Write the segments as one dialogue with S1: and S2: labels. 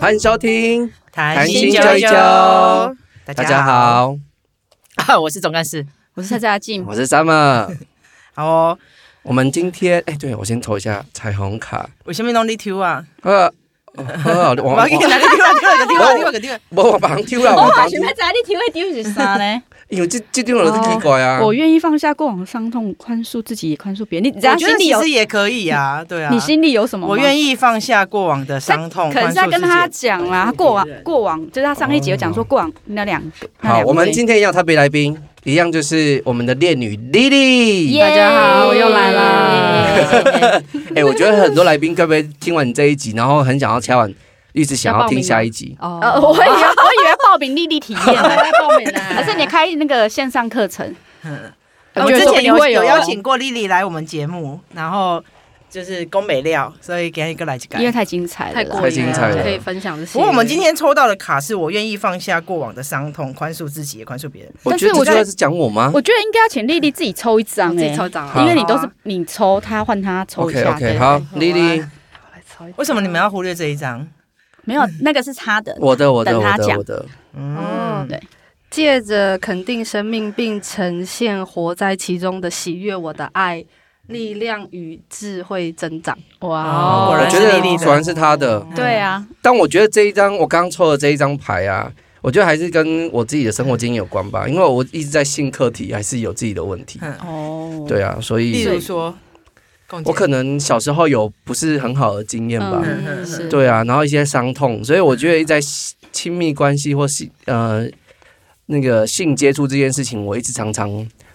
S1: 欢迎收听，
S2: 谈
S1: 心
S2: 心
S1: 九
S2: 九
S1: 九
S2: 九，
S1: 大家，好，
S2: 啊 我是总干事。
S3: 我是蔡佳静，
S2: 嗯
S1: 我是 Summer。
S2: 好哦，
S1: 我们今天，哎，对我先抽一下彩虹卡。
S2: 我下面弄你 Q 啊，
S1: 呃，哦，我
S2: 我
S1: 我
S2: 要给你拿个 Q 啊，丢啊，丢啊，丢啊，丢啊！
S1: 我我帮 丢了，我
S3: 哇，
S1: 帮
S3: 前
S1: 丢
S3: 面，在你体会丢是啥呢？
S1: 因为这这丢了是奇怪啊。
S3: 我愿意放下过往伤痛，宽恕自己，也宽恕别人。你只要
S2: 我觉得
S3: 心里
S2: 其
S3: 有
S2: 实，也可以 啊，对啊，
S3: 你心里有什么吗，
S2: 我愿意放下过往的伤痛，
S3: 可能是在跟他讲啦，他过往过往就是他上一集有讲说过往那两个。那
S1: 好，
S3: 两
S1: 我们
S3: 位
S1: 今天也有特别来宾，一样就是我们的恋女 Lily。
S3: 大家好我又 来啦。
S1: 哎，我觉得很多来宾该不会听完这一集，然后很想要敲完，一直想要听下一集。
S4: 哦
S3: 呃，我以为我以为报名丽丽体验呢，
S4: 报名
S1: 啊
S4: 啦
S3: 还是你开那个线上课程？
S2: 嗯我之前有
S3: 啊
S2: 有邀请，过丽丽来我们节目，然后就是宫美料，所以给她一个来
S3: 因为
S2: 改。
S3: 太精彩了，
S4: 太过
S1: 太
S4: 瘾
S1: 精彩了
S4: 可以分享这些。
S2: 不过我们今天抽到的卡是我愿意放下过往的伤痛，宽恕自己，也宽恕别人。
S1: 我
S3: 但
S1: 觉
S3: 是
S1: 得这
S3: 我
S1: 句
S3: 觉
S1: 话
S3: 得
S1: 是讲我吗
S3: 我觉得应该要请丽丽自己抽一张
S4: 我自己
S3: 哎，
S4: 抽奖
S1: 好
S4: 啊，
S3: 因为你都是你抽，他换他抽一
S1: ？OK
S3: 下。对
S1: OK，好，Lily，
S4: 好来抽一张
S2: 为什么你们要忽略这一张？
S3: 没有那个是他的，
S1: 我的我的
S3: 等
S1: 我
S3: 他
S1: 的
S3: 讲
S1: 我的，
S4: 哦
S2: 嗯，
S3: 对
S4: 借着肯定生命并呈现活在其中的喜悦，我的爱、力量与智慧增长。
S3: 哇
S2: 哦果
S1: 我
S2: 然
S1: 觉
S2: 是
S1: 得
S2: 莉莉的
S1: 果然是他的。
S3: 对啊，
S1: 但我觉得这一张我刚抽的这一张牌啊，我觉得还是跟我自己的生活经验有关吧，因为我一直在性课题，还是有自己的问题。
S2: 嗯
S3: 哦，
S1: 对啊，所
S2: 例如
S1: 以
S2: 说，共
S1: 我
S2: 建
S1: 可能小时候有不是很好的经验吧，
S2: 嗯
S4: 嗯，是
S1: 对啊，然后一些伤痛，所以我觉得一直在亲亲密关系或是呃那个性接触这件事情，我一直常常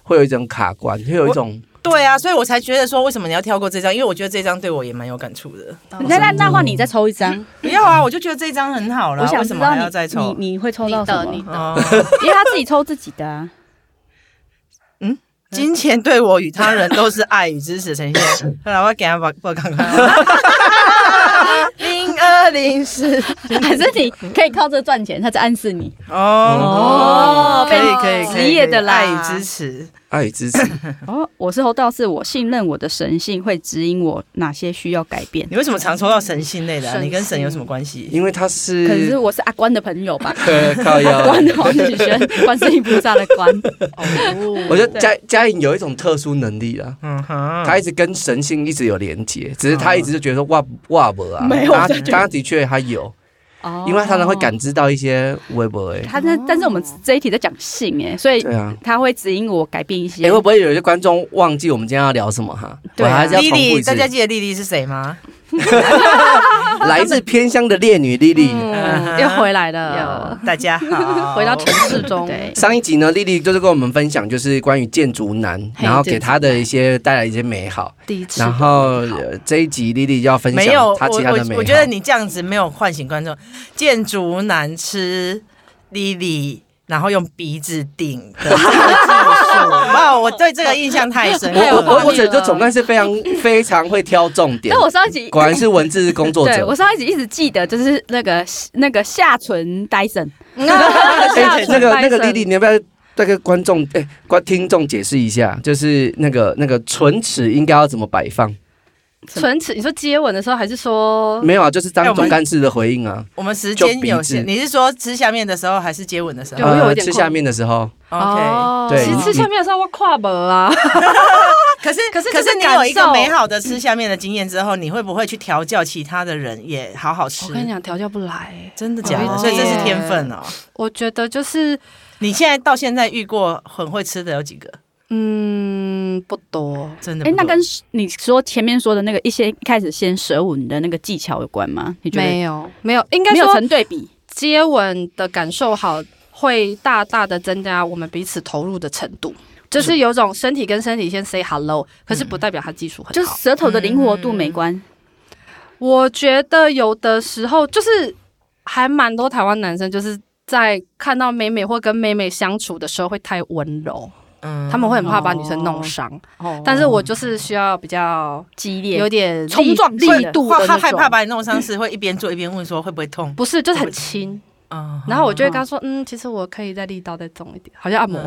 S1: 会有一种卡关，会有一种
S2: 对啊，所以我才觉得说，为什么你要跳过这张？因为我觉得这张对我也蛮有感触的。
S3: 那那那换你再抽一张，
S2: 不要 啊，我就觉得这张很好了，
S3: 我想
S2: 为
S3: 知
S2: 什么
S3: 道
S2: 还要再
S3: 你
S2: 抽？
S3: 你你会抽到什么？
S4: 你
S3: 因
S4: 的
S2: 哦，
S3: 为他自己抽自己的啊，
S2: 金钱对我与他人都是爱与支持呈 现。后来我给他把把看看。零二零四
S3: 还是你可以靠这赚钱？他在暗示你
S2: 哦
S3: 哦
S2: 可以可以
S3: 被
S2: 可以
S3: 职业的
S2: 可以
S3: 啦
S2: 爱与支持。
S1: 爱与支持。
S3: 哦。我是侯道士，我信任我的神性会指引我哪些需要改变。
S2: 你为什么常抽到神性类的啊？
S4: 神
S2: 你
S4: 性
S2: 跟神有什么关系？
S1: 因为他
S2: 嗯
S1: 是
S3: 可是我是阿关的朋友 吧？
S1: 呃靠 腰
S3: 关黄子轩， 观世音菩萨的关。
S1: 我觉得嘉嘉颖有一种特殊能力啦，
S2: 嗯哼，
S1: 她一直跟神性一直有连接，只是她一直就觉得说哇哇不啊，
S3: 没有
S1: 她
S3: 我就觉得
S1: 她的确她有，
S3: 哦
S1: 因为她常常会感知到一些微博哎，
S3: 他那，但是我们这一题在讲性哎，所以
S1: 对啊。
S3: 他会指引我改变一
S1: 哎、
S3: 些
S1: 会。不会有些观众忘记我们今天要聊什么哈？
S3: 对啊
S1: 我还是要
S2: 莉
S1: 重复
S2: 莉，
S1: 一次
S2: 大。家记得莉莉是谁吗？
S1: 来自偏乡的烈女莉莉，
S4: 嗯又回来了，
S2: 大家好，
S4: 回到城市中。
S3: 对
S1: 上一集呢，莉莉就是跟我们分享就是关于建筑男，
S4: 嘿
S1: 然后给她的一些带来一些美好。
S4: 第一次
S1: 然后呃这一集莉莉要分
S2: 没有，
S1: 享她
S2: 我
S1: 其他的美
S2: 我
S1: 好。
S2: 我觉得你这样子没有唤醒观众。建筑难吃，Lily，然后用鼻子顶的这个技术，哇，我对这个印象太 深刻
S1: 我我我
S2: 了。
S1: 我整个总干是非常非常会挑重点
S3: 但，我上一集
S1: 果然是文字工作
S3: 对
S1: 者
S3: 我。上一集一直记得，就是那个那个下唇 Dyson，
S4: 啊
S1: 哎，那个那个
S4: 拜
S1: 莉
S4: 神
S1: 莉，你要不要再跟观众哎观听众解释一下，就是那个那个唇齿应该要怎么摆放？
S4: 唇齿，你说接吻的时候还是说
S1: 没有啊，就是
S2: 哎
S1: 当
S2: 我们
S1: 总干事的回应啊。
S2: 我们时间有限，
S1: 就鼻
S2: 你是说吃下面的时候还是接吻的时
S4: 对
S2: 候
S4: 我有一
S1: 呃，
S4: 点
S1: 吃下面的时候，
S2: ？OK。
S1: 对
S4: 哦其
S1: 你
S4: 实吃下面的时候我跨门啊，
S2: 可是
S4: 可是
S2: 可
S4: 就是
S2: 是你有一
S4: 感
S2: 个
S4: 受
S2: 美好的吃下面的经验之后，你会不会去调教其他的人也好好吃
S4: 我？跟你讲调教不来，
S2: 真的假的？
S4: 哦
S2: 所以这是天分哦。
S4: 我觉得就是
S2: 你现在到现在遇过很会吃的有几个？
S4: 嗯不多，
S2: 真的
S3: 哎、
S2: 不
S3: 那
S2: 多
S3: 跟你说前面说的那个一些一开始先舌吻的那个技巧有关吗？你觉得
S4: 没有没有，应该
S3: 没有
S4: 说
S3: 成对比？
S4: 接吻的感受好，会大大的增加我们彼此投入的程度。就是有种身体跟身体先 say hello，可是不代表他技术很好。
S3: 嗯就是舌头的灵活度没关，
S4: 我觉得有的时候就是还蛮多台湾男生就是在看到妹妹或跟妹妹相处的时候会太温柔，
S2: 嗯
S4: 他们会很怕把女生弄伤。
S3: 哦
S4: 但是我就是需要比较
S3: 激烈
S4: 有点力
S3: 冲撞
S4: 力
S3: 性的
S4: 度
S2: 怕
S4: 的
S2: 他
S4: 那
S2: 害怕
S4: 种。
S2: 把你弄伤，是会一边做一边问说会不会痛？
S4: 不是，就是很轻，
S2: 嗯，
S4: 然
S3: 啊嗯
S4: 后我就会跟他说，嗯，其实我可以再力道再重一点，好像按摩。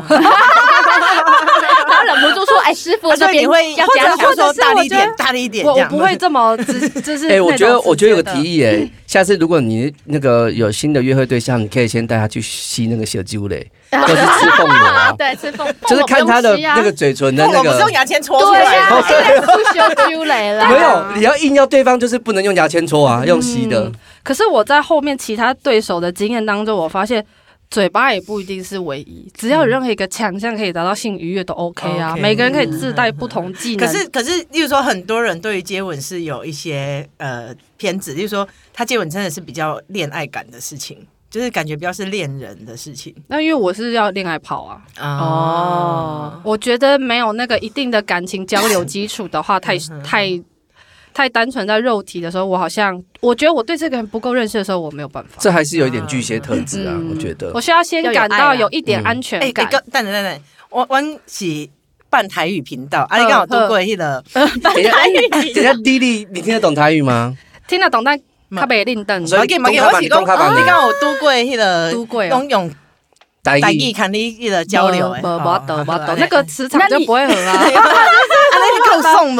S3: 他忍不住说：“哎，师傅
S2: 啊
S3: 这
S2: 所以
S3: 边
S2: 你会
S3: 要
S2: 或
S3: 加
S2: 者
S3: 强，
S2: 就
S4: 或。者
S2: 说
S4: 是
S2: 大
S4: 我
S2: 力一
S4: 觉得
S2: 点，大力一点，
S4: 我
S2: 这
S4: 我
S2: 样
S4: 不会这么直，就是
S1: 哎、我觉得我觉得有个提
S4: 议，
S1: 议哎、下次如果你那个有新的约会对象，你可以先带他去吸那个小酒 嘞，或是吃凤螺啊
S3: 对，吃凤，
S1: 就是看他的
S3: 凤我
S4: 啊
S1: 那
S3: 不
S1: 个
S3: 用吸
S1: 嘴唇的
S2: 凤
S1: 那
S2: 我不是用
S1: 个。
S2: 牙签戳出
S3: 啊对
S2: 来
S3: 呀，
S2: 的，
S3: 哎那不修修雷了，
S1: 没有， 你要硬要对方就是不能用牙签戳啊，用吸的
S4: 啊嗯。可是我在后面其他对手的经验当中，我发现。嘴巴也不一定是唯一，只要有任何一个强项可以达到性愉悦都 OK 啊。
S2: 嗯 OK
S4: 每个人可以自带不同技
S2: 可
S4: 能，
S2: 是，可是，例如说，很多人对于接吻是有一些呃偏执，例如说，他接吻真的是比较恋爱感的事情，就是感觉比较是恋人的事情
S4: 那因为我是要恋爱跑啊，
S2: 哦。
S4: 我觉得没有那个一定的感情交流基础的话，
S2: 嗯
S4: 太太太单纯在肉体的时候，我好像我觉得我对这个人不够认识的时候，我没有办法。
S1: 这还是有一点巨蟹特质啊，
S4: 嗯
S1: 我觉得
S4: 我。需要先感到有一
S1: 嗯
S4: 点安全
S2: 啊哎、
S4: 感
S2: 哎，哥，等等等等，我我是办台语频道，啊，你
S4: 嗯
S2: 刚好度过迄个
S1: 等一下，
S3: 台语
S1: 等一下，弟弟，你听得懂台语吗？
S4: 听得懂，但他被令等。
S1: 所以
S2: 没关系
S1: 公开版公
S2: 没关系我是讲
S1: 开版
S2: 哦
S1: 的
S2: 你刚好度过迄个
S4: 都过哦
S2: 用用
S1: 台
S2: 台
S1: 语
S2: 语看你迄
S4: 哎哦
S2: 个交流，
S4: 不不懂不懂，那个磁场
S3: 那
S4: 就
S3: 你
S4: 不会合啊。
S2: 啊，那个够送无？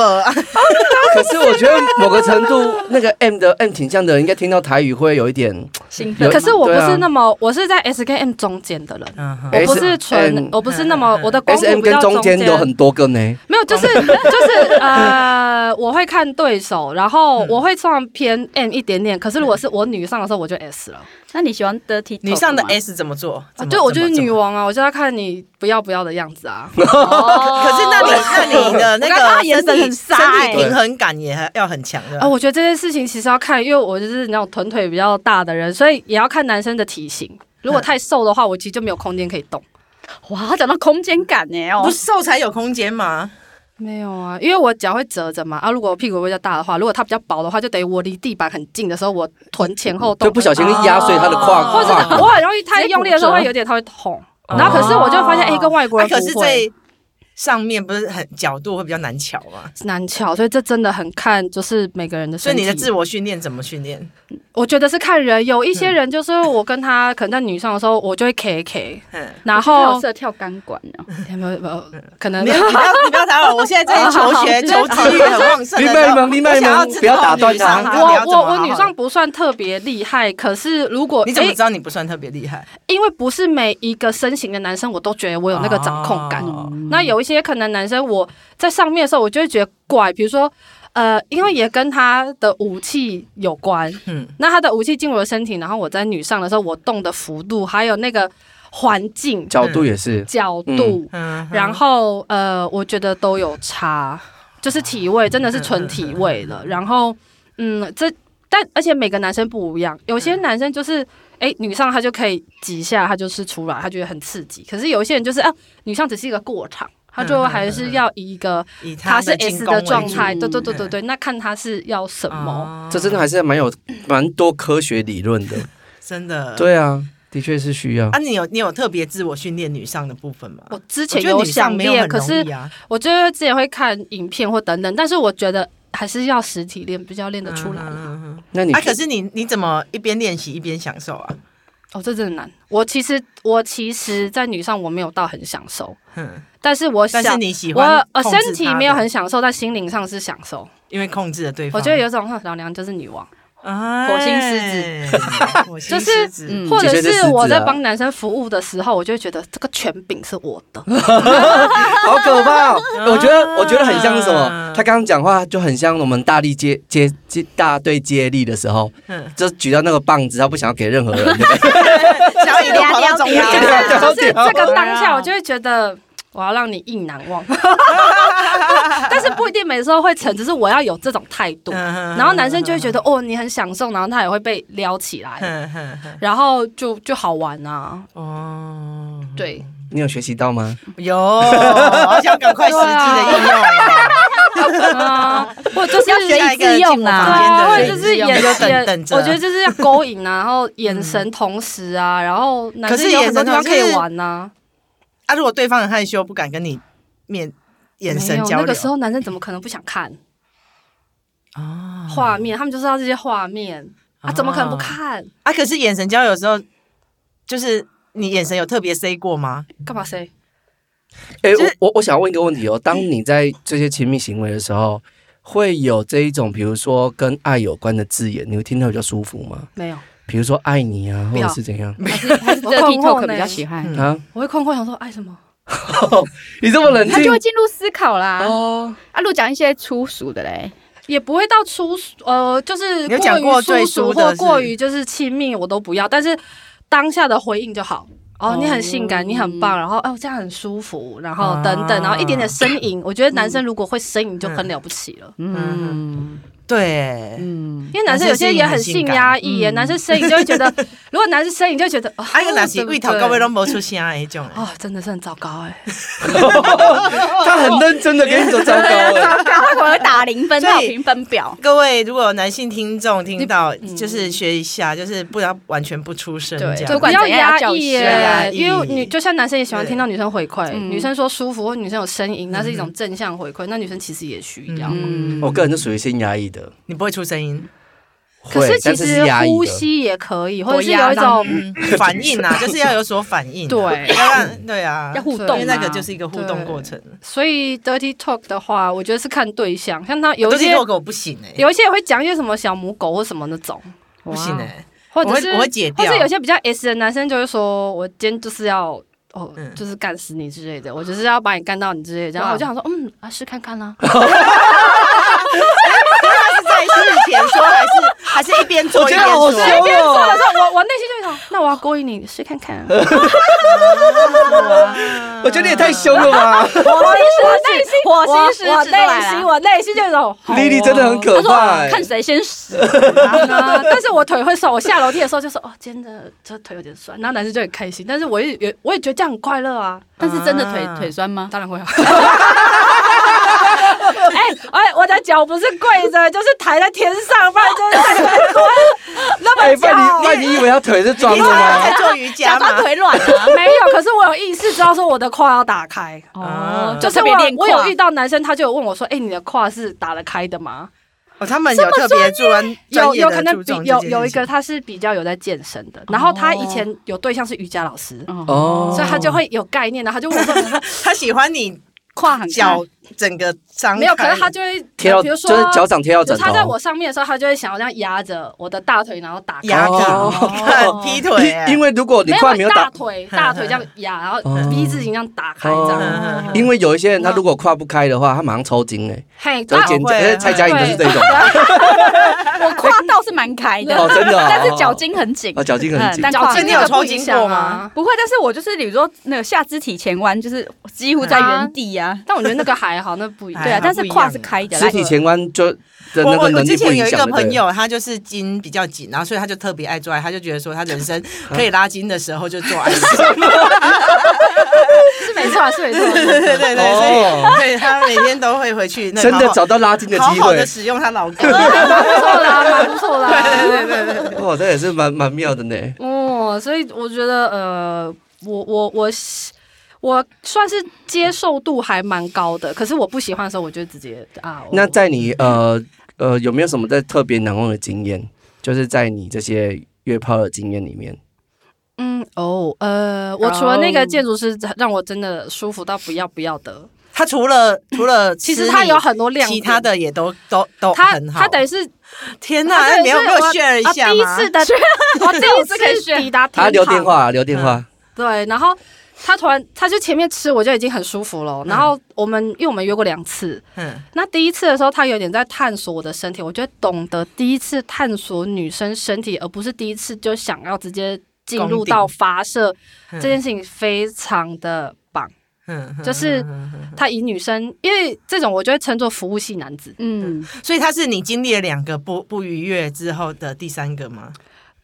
S1: 可是我觉得某个程度，那个 M 的 M 倾向的人应该听到台语会有一点
S3: 兴奋
S1: 有。
S4: 可是我不
S1: 对啊
S4: 是那么，我是在 S 跟 M 中间的人，
S2: 嗯哼
S4: 我不
S1: S
S4: 是
S1: M
S4: 纯，我不是那么我的光
S1: S
S4: 谱
S1: M
S4: 比
S1: 跟
S4: 较
S1: 中间
S4: 间
S1: 有很多个呢。
S4: 没有， 就是就是呃，我会看对手，然后我会上偏 M 一点点。可是如果是我女上的时候，我就 S 了。
S3: 那你喜欢 dirty？
S2: 女上的
S3: S，
S2: S 怎么做？
S4: 啊，
S2: 怎么
S4: 对，我就是
S2: 怎么
S4: 女王啊，我就要看你不要不要的样子啊。
S3: 可
S2: 可是那你那你的那
S3: 我刚刚
S2: 个
S3: 他眼
S2: 身
S3: 神
S2: 体
S3: 很杀
S2: 身
S3: 欸
S2: 体平衡感也还要很强的
S4: 啊，。我觉得这件事情其实要看，因为我就是那种臀腿比较大的人，所以也要看男生的体型。如果太瘦的话，我其实就没有空间可以动。
S3: 哇，讲到空间感呢
S2: 不
S3: 哦
S2: 是，瘦才有空间吗？
S4: 没有啊，因为我脚会折着嘛。啊，如果我屁股比较大的话，如果它比较薄的话，就等于我离地板很近的时候，我臀前后动
S1: 就不小心压碎他的胯
S4: 哦或者
S1: 胯
S4: 我
S1: 骨。
S4: 很容易太用力的时候会有点它会痛。然后可是我就发现，哎、跟外国
S2: 啊，
S4: 人
S2: 可是
S4: 不会
S2: 这上面不是很角度会比较难瞧嘛？
S4: 难翘，所以这真的很看就是每个人的
S2: 所
S4: 身
S2: 以
S4: 体。
S2: 你的自我训练怎么训练？
S4: 我觉得是看人，有一些人就是我跟他可能在女上的时候，我就会 K K，
S2: 嗯，
S4: 然
S3: 好
S4: 后
S3: 适合跳钢管哦。
S4: 没有没有，可能
S2: 没有，你不要你不要打扰我，我现在在求学求知欲很旺盛
S1: 林
S2: 的
S1: 麦
S2: 时候，
S1: 萌，林麦
S2: 我想要
S1: 萌
S2: 知，道
S1: 不要打断
S2: 女上
S1: 他。
S2: 她
S4: 我
S2: 怎么
S4: 我
S2: 好好
S4: 我女上不算特别厉害，可是如果
S2: 你怎么
S4: 诶
S2: 知道你不算特别厉害？
S4: 因为不是每一个身形的男生我都觉得我有那个掌控
S3: 啊
S4: 感，
S2: 哦
S1: 嗯
S4: 那有一些可能男生我在上面的时候我就会觉得怪，比如说。呃，因为也跟他的武器有关，
S2: 嗯，
S4: 那他的武器进入我的身体，然后我在女上的时候，我动的幅度，还有那个环境
S1: 角度也是，
S4: 角度，
S2: 嗯
S4: 然后呃，我觉得都有差，就是体味真的是纯体味了。然后嗯，这但而且每个男生不一样，有些男生就是
S2: 嗯
S4: 哎、女上他就可以几下他就是出来，他觉得很刺激。可是有一些人就是啊，女上只是一个过场，他就还是要以一个
S2: 以
S4: 他
S2: 他
S4: 是 S 的状态，
S3: 嗯
S4: 对对对对对，那看他是要什么。
S2: 么
S1: 这真的还是蛮有蛮多科学理论的。
S2: 真的
S1: 对啊，的确是需要
S2: 啊，。你有你有特别自我训练女上的部分吗？
S4: 我之
S2: 我
S4: 前
S2: 觉得
S4: 有
S2: 女上
S4: 想
S2: 没有
S4: 练，
S2: 很
S4: 可是
S2: 容易啊，
S4: 我就是之前会看影片或等等，但是我觉得还是要实体练比较练得出来啦。
S2: 嗯嗯嗯
S1: 那
S2: 嗯
S1: 你
S2: 啊，可是你你怎么一边练习一边享受啊？
S4: 哦，这真的难。我其实我其实，在女上我没有到很享受，
S2: 嗯，
S4: 但是我
S2: 但是
S4: 想
S2: 你喜
S4: 我
S2: 欢
S4: 呃
S2: 控制
S4: 身体
S2: 她
S4: 没有
S2: 的
S4: 很享受，但心灵上是享受。
S2: 因为控制了对方，
S4: 我觉得有种哼老娘就是女王，
S2: 火
S3: 星
S2: 狮
S3: 狮
S2: 子， 火星
S4: 就是
S2: 狮子，
S3: 嗯
S4: 或者
S1: 姐姐是狮
S4: 是
S1: 子
S4: 我在
S1: 啊
S4: 帮男生服务的时候，我就会觉得这个权柄是我的。
S1: 好可怕哦！我觉得我觉得很像是什么？他刚刚讲话就很像我们大力接接接大队接力的时候，
S2: 嗯
S1: 就举到那个棒子，他不想要给任何人。
S2: 小野都跑到中
S3: 对
S2: 央，
S1: 啊
S4: 就是就是这个
S2: 对啊
S4: 当下，我就会觉得我要让你意难忘，但是不一定每时候会成，只是我要有这种态度。
S2: 然
S4: 然后男生就会觉得哦，你很享受，然后他也会被撩起来，
S2: 嗯得，
S4: 然后就就好玩啊。
S2: 哦，
S4: 对，
S1: 你有学习到吗？
S2: 有，好想赶快实际的应用啊，
S4: 啊，或者就是
S3: 要学
S2: 下
S3: 以
S2: 一个
S3: 致用
S2: 房间
S4: 对
S2: 的
S3: 啦，
S4: 啊，或者
S2: 人
S4: 就是眼
S2: 用就等
S4: 眼
S2: 等，着嗯
S4: 我觉得就是要勾引啊，然后眼神同时啊，然后男
S2: 可
S4: 生
S2: 是
S4: 有
S2: 眼神
S4: 很多地
S2: 同
S4: 方
S2: 时
S4: 可以
S2: 是
S4: 玩呐。
S2: 啊，如果对方很害羞，不敢跟你面眼
S4: 没
S2: 神
S4: 有
S2: 交
S4: 那
S2: 流
S4: 个时候男生怎么可能不想看
S2: 啊
S4: 画面？他们就是要这些画面啊，怎么可能不看？
S2: 啊？可是眼神交流的时候，就是你眼神有特别 say 过吗？
S4: 干嘛谁？
S1: 哎、
S2: 就是
S1: 我我我想问一个问题哦，当你在这些亲密行为的时候，会有这一种，比如说跟爱有关的字眼，你会听到比较舒服吗？
S4: 没有，
S1: 比如说爱你啊，
S4: 不
S1: 或
S4: 要
S1: 者是怎样
S3: 还是还是
S4: 我
S3: 这个
S4: 困
S3: TikTok
S4: 惑呢
S3: 比较喜欢，
S2: 嗯
S1: 啊？
S4: 我会困惑，想说爱什么？
S1: 你这么冷
S3: 他就
S1: 静
S3: 会进入思考
S2: 嗯
S3: 啦。
S1: 哦，
S3: 啊，如果讲一些粗俗的嘞，
S4: 也不会到粗俗，呃，就是
S2: 你有讲
S4: 过
S2: 过
S4: 于粗
S2: 最俗
S4: 俗或
S2: 的是
S4: 过于就是亲密，我都不要。但是当下的回应就好。哦，你很性感，你很棒，然后哦，这样很舒服，然后等等，然后一点点呻吟，我觉得男生如果会呻吟就很了不起了，
S3: 嗯
S2: 对，
S3: 嗯，
S4: 因为男生有些也很性压抑耶，男生呻吟就会觉得，如果男生呻吟就会觉得，哦
S2: 啊，个那是
S4: 对
S2: 胃头到尾拢无出声的那种。
S4: 哦，真的是很糟糕哎，
S1: 他很认真的给你做糟糕 了，
S3: 他可能会打零分
S2: 所以
S3: 到评分表。
S2: 各位，如果有男性听众听到，
S4: 嗯
S2: 就是学一下，就是不要完全不出声，
S3: 对
S2: 这
S3: 就
S2: 样
S4: 不
S3: 管
S4: 要
S3: 怎样
S4: 压
S3: 要叫
S4: 抑
S3: 声
S2: 压
S4: 耶，
S2: 抑
S4: 因为女就像男生也喜欢听到女生回馈，
S3: 嗯
S4: 女生说舒服或女生有呻吟，那是一种正向回馈，那女生其实也需要。
S3: 嗯，
S1: 我个人就属于先压抑的，
S2: 你不会出声音，
S4: 可
S1: 会
S4: 是其
S1: 但是
S4: 实
S1: 是压抑
S4: 呼
S1: 的。
S4: 吸也可以，或者
S3: 多
S4: 是有
S3: 压
S4: 一种
S2: 嗯 反应啊，就是要有所反应啊，
S4: 对
S2: 要让对啊，
S3: 要互动
S4: 对
S3: 啊，
S2: 因为那个就是一个互动过程。
S4: 所以 dirty talk 的话，我觉得是看对象，像他有一
S2: 都是
S4: 些
S2: 做狗不行哎，
S4: 有一些也会讲一些什么小母狗或什么那种，
S2: 不行
S3: 哇
S2: 哎，
S4: 或者
S2: 我
S4: 是
S2: 会我会解
S4: 或
S2: 掉
S4: 者有些比较 S 的男生就会说，我今天就是要。哦
S2: 嗯，
S4: 就是干死你之类的，我就是要把你干到你之类的，然后
S2: 哇哦
S4: 我就想说，嗯，啊，试看看啦。
S2: 是在事前说还是还是一边做一边啊说？
S4: 随便做的时候，我我内心就想，那我要勾引你试看看。 我
S1: 我觉得你也太凶了
S4: 啊
S1: 吧
S4: 内心，
S3: 火
S4: 我
S3: 星石
S4: 我
S3: 指出来
S4: 内
S3: 了
S4: 心，我内心就有种
S1: ，Lily 真的很可
S3: 他说
S1: 怕欸。
S3: 看谁先死，
S4: 啊，但是我腿会酸，我下楼梯的时候就说哦，今天的这腿有点酸，然后男生就很开心，但是我也也我也觉得这样很快乐啊，
S3: 但是真的腿
S2: 啊
S3: 腿 酸吗？
S4: 当然会啊。哎哎，我的脚不是跪着，就是抬在天上，不然就是在那边 蹲那么
S1: 哎，
S4: 久。
S1: 范你范你以为他腿是装
S2: 你
S1: 的
S2: 怎么
S1: 吗？
S2: 在做瑜
S3: 假
S2: 伽
S3: 装
S2: 嘛？
S3: 腿软啊。
S4: 没有，可是我有意识知道说我的胯要打开。
S2: 啊
S4: 就是
S3: 哦特
S4: 我
S3: 别
S4: 有
S3: 练
S4: 我
S3: 胯
S4: 有遇到男生，他就有问我说：“哎、你的胯是打得开的吗
S2: 哦，他们有特别专？”专
S4: 有
S2: 业
S4: 有
S2: 的
S4: 可能
S2: 注
S4: 比
S2: 重
S4: 有
S2: 这件
S4: 有一
S2: 事情
S4: 个他是比较有在健身的，然后他以前有对象是瑜伽老师，
S1: 哦
S4: 所以他就会有概念，然啊后他就 问我说
S2: 他喜欢你
S3: 胯很
S2: 脚整个张
S4: 没有，可
S2: 开
S4: 能他就会
S1: 贴到
S4: 比如
S1: 就是
S4: 说
S1: 脚掌贴到枕头，
S4: 他在我上面的时候，他就会想要这样压着我的大腿，然后打开。
S2: 压
S1: 哦
S2: 着看劈腿欸，
S1: 因因为如果你
S4: 没
S1: 胯没
S4: 有
S1: 有
S4: 大
S1: 打，
S4: 腿，大腿这样压，然后
S1: 哦
S4: V 字形这样打开这样。
S2: 嗯嗯嗯
S1: 因为有一些人他如果胯不开的话，他马上抽筋哎，
S4: 嘿，
S1: 然
S4: 啊
S1: 后简
S2: 会啊
S1: 哎蔡佳颖就是这 种
S3: 我胯倒是蛮开的，
S1: 哦，真的哦，
S3: 但是脚筋很紧
S1: 哦，脚筋很紧
S3: 嗯但
S4: 脚
S3: 胯
S4: 筋
S2: 你有
S4: 那个不
S2: 抽
S4: 影
S2: 筋
S4: 响
S2: 过吗
S4: 啊？
S3: 不会，但是我就是比如说那个下肢体前弯，就是几乎在原地啊，
S4: 但我觉得那个还好，那不一样
S3: 对啊
S2: 还，好
S3: 但是胯是开的啦，
S1: 肢体前弯就的
S2: 我
S1: 那
S2: 啊我
S1: 个
S2: 我
S1: 能
S2: 之
S1: 力不
S2: 前有
S1: 影
S2: 一
S1: 响
S2: 个
S1: 的。
S2: 朋
S1: 对
S2: 友，他就是筋比较紧，然后所以他就特别爱做爱，他就觉得说他人生可以拉筋的时候就做 爱。
S4: 是没错啊，是没错啊。
S2: 对对对，所以
S1: 哦，
S2: 对他每天都会回去那
S1: 真的
S2: 好好
S1: 找到拉筋的
S2: 好
S1: 机
S2: 好的
S1: 会，
S2: 使用他老 公。
S4: 不错啦，
S2: 啊
S4: 蛮不错啦。对对对对。
S1: 哦哇，这也是蛮蛮妙的呢。
S4: 哦，所以我觉得呃，我我我是我算是接受度还蛮高的，可是我不喜欢的时候，我就直接啊。我
S1: 那在你呃呃有没有什么在特别难忘的经验？就是在你这些约炮的经验里面，
S4: 嗯哦呃，我除了那个建筑师让我真的舒服到不要不要的，
S2: 他除了除了吃
S4: 其
S2: 你，
S4: 实他有很多亮
S2: 其他
S4: 点。
S2: 的也都都都
S4: 他
S2: 很好。
S4: 他等于是
S2: 天
S4: 他
S2: 哪，
S4: 等于
S2: 没有
S4: 是
S2: 没有
S4: 我
S2: share 一
S4: 啊
S2: 下
S4: 第一
S2: 吗？
S4: 次的， 我第一次可以抵达天
S1: 他
S4: 堂。
S1: 留电话啊，留电话，
S4: 对，然后他突然，他就前面吃我就已经很舒服了。然后我们因为我们约过两次，
S2: 嗯，
S4: 那第一次的时候他有点在探索我的身体，我觉得懂得第一次探索女生身体，而不是第一次就想要直接进入
S2: 攻顶
S4: 到发射
S2: 嗯
S4: 这件事情，非常的棒。
S2: 嗯 嗯
S4: 就是
S2: 嗯嗯
S4: 他以女生，因为这种我就会称作服务系男子。
S3: 嗯，
S2: 所以他是你经历了两个不不愉悦之后的第三个吗？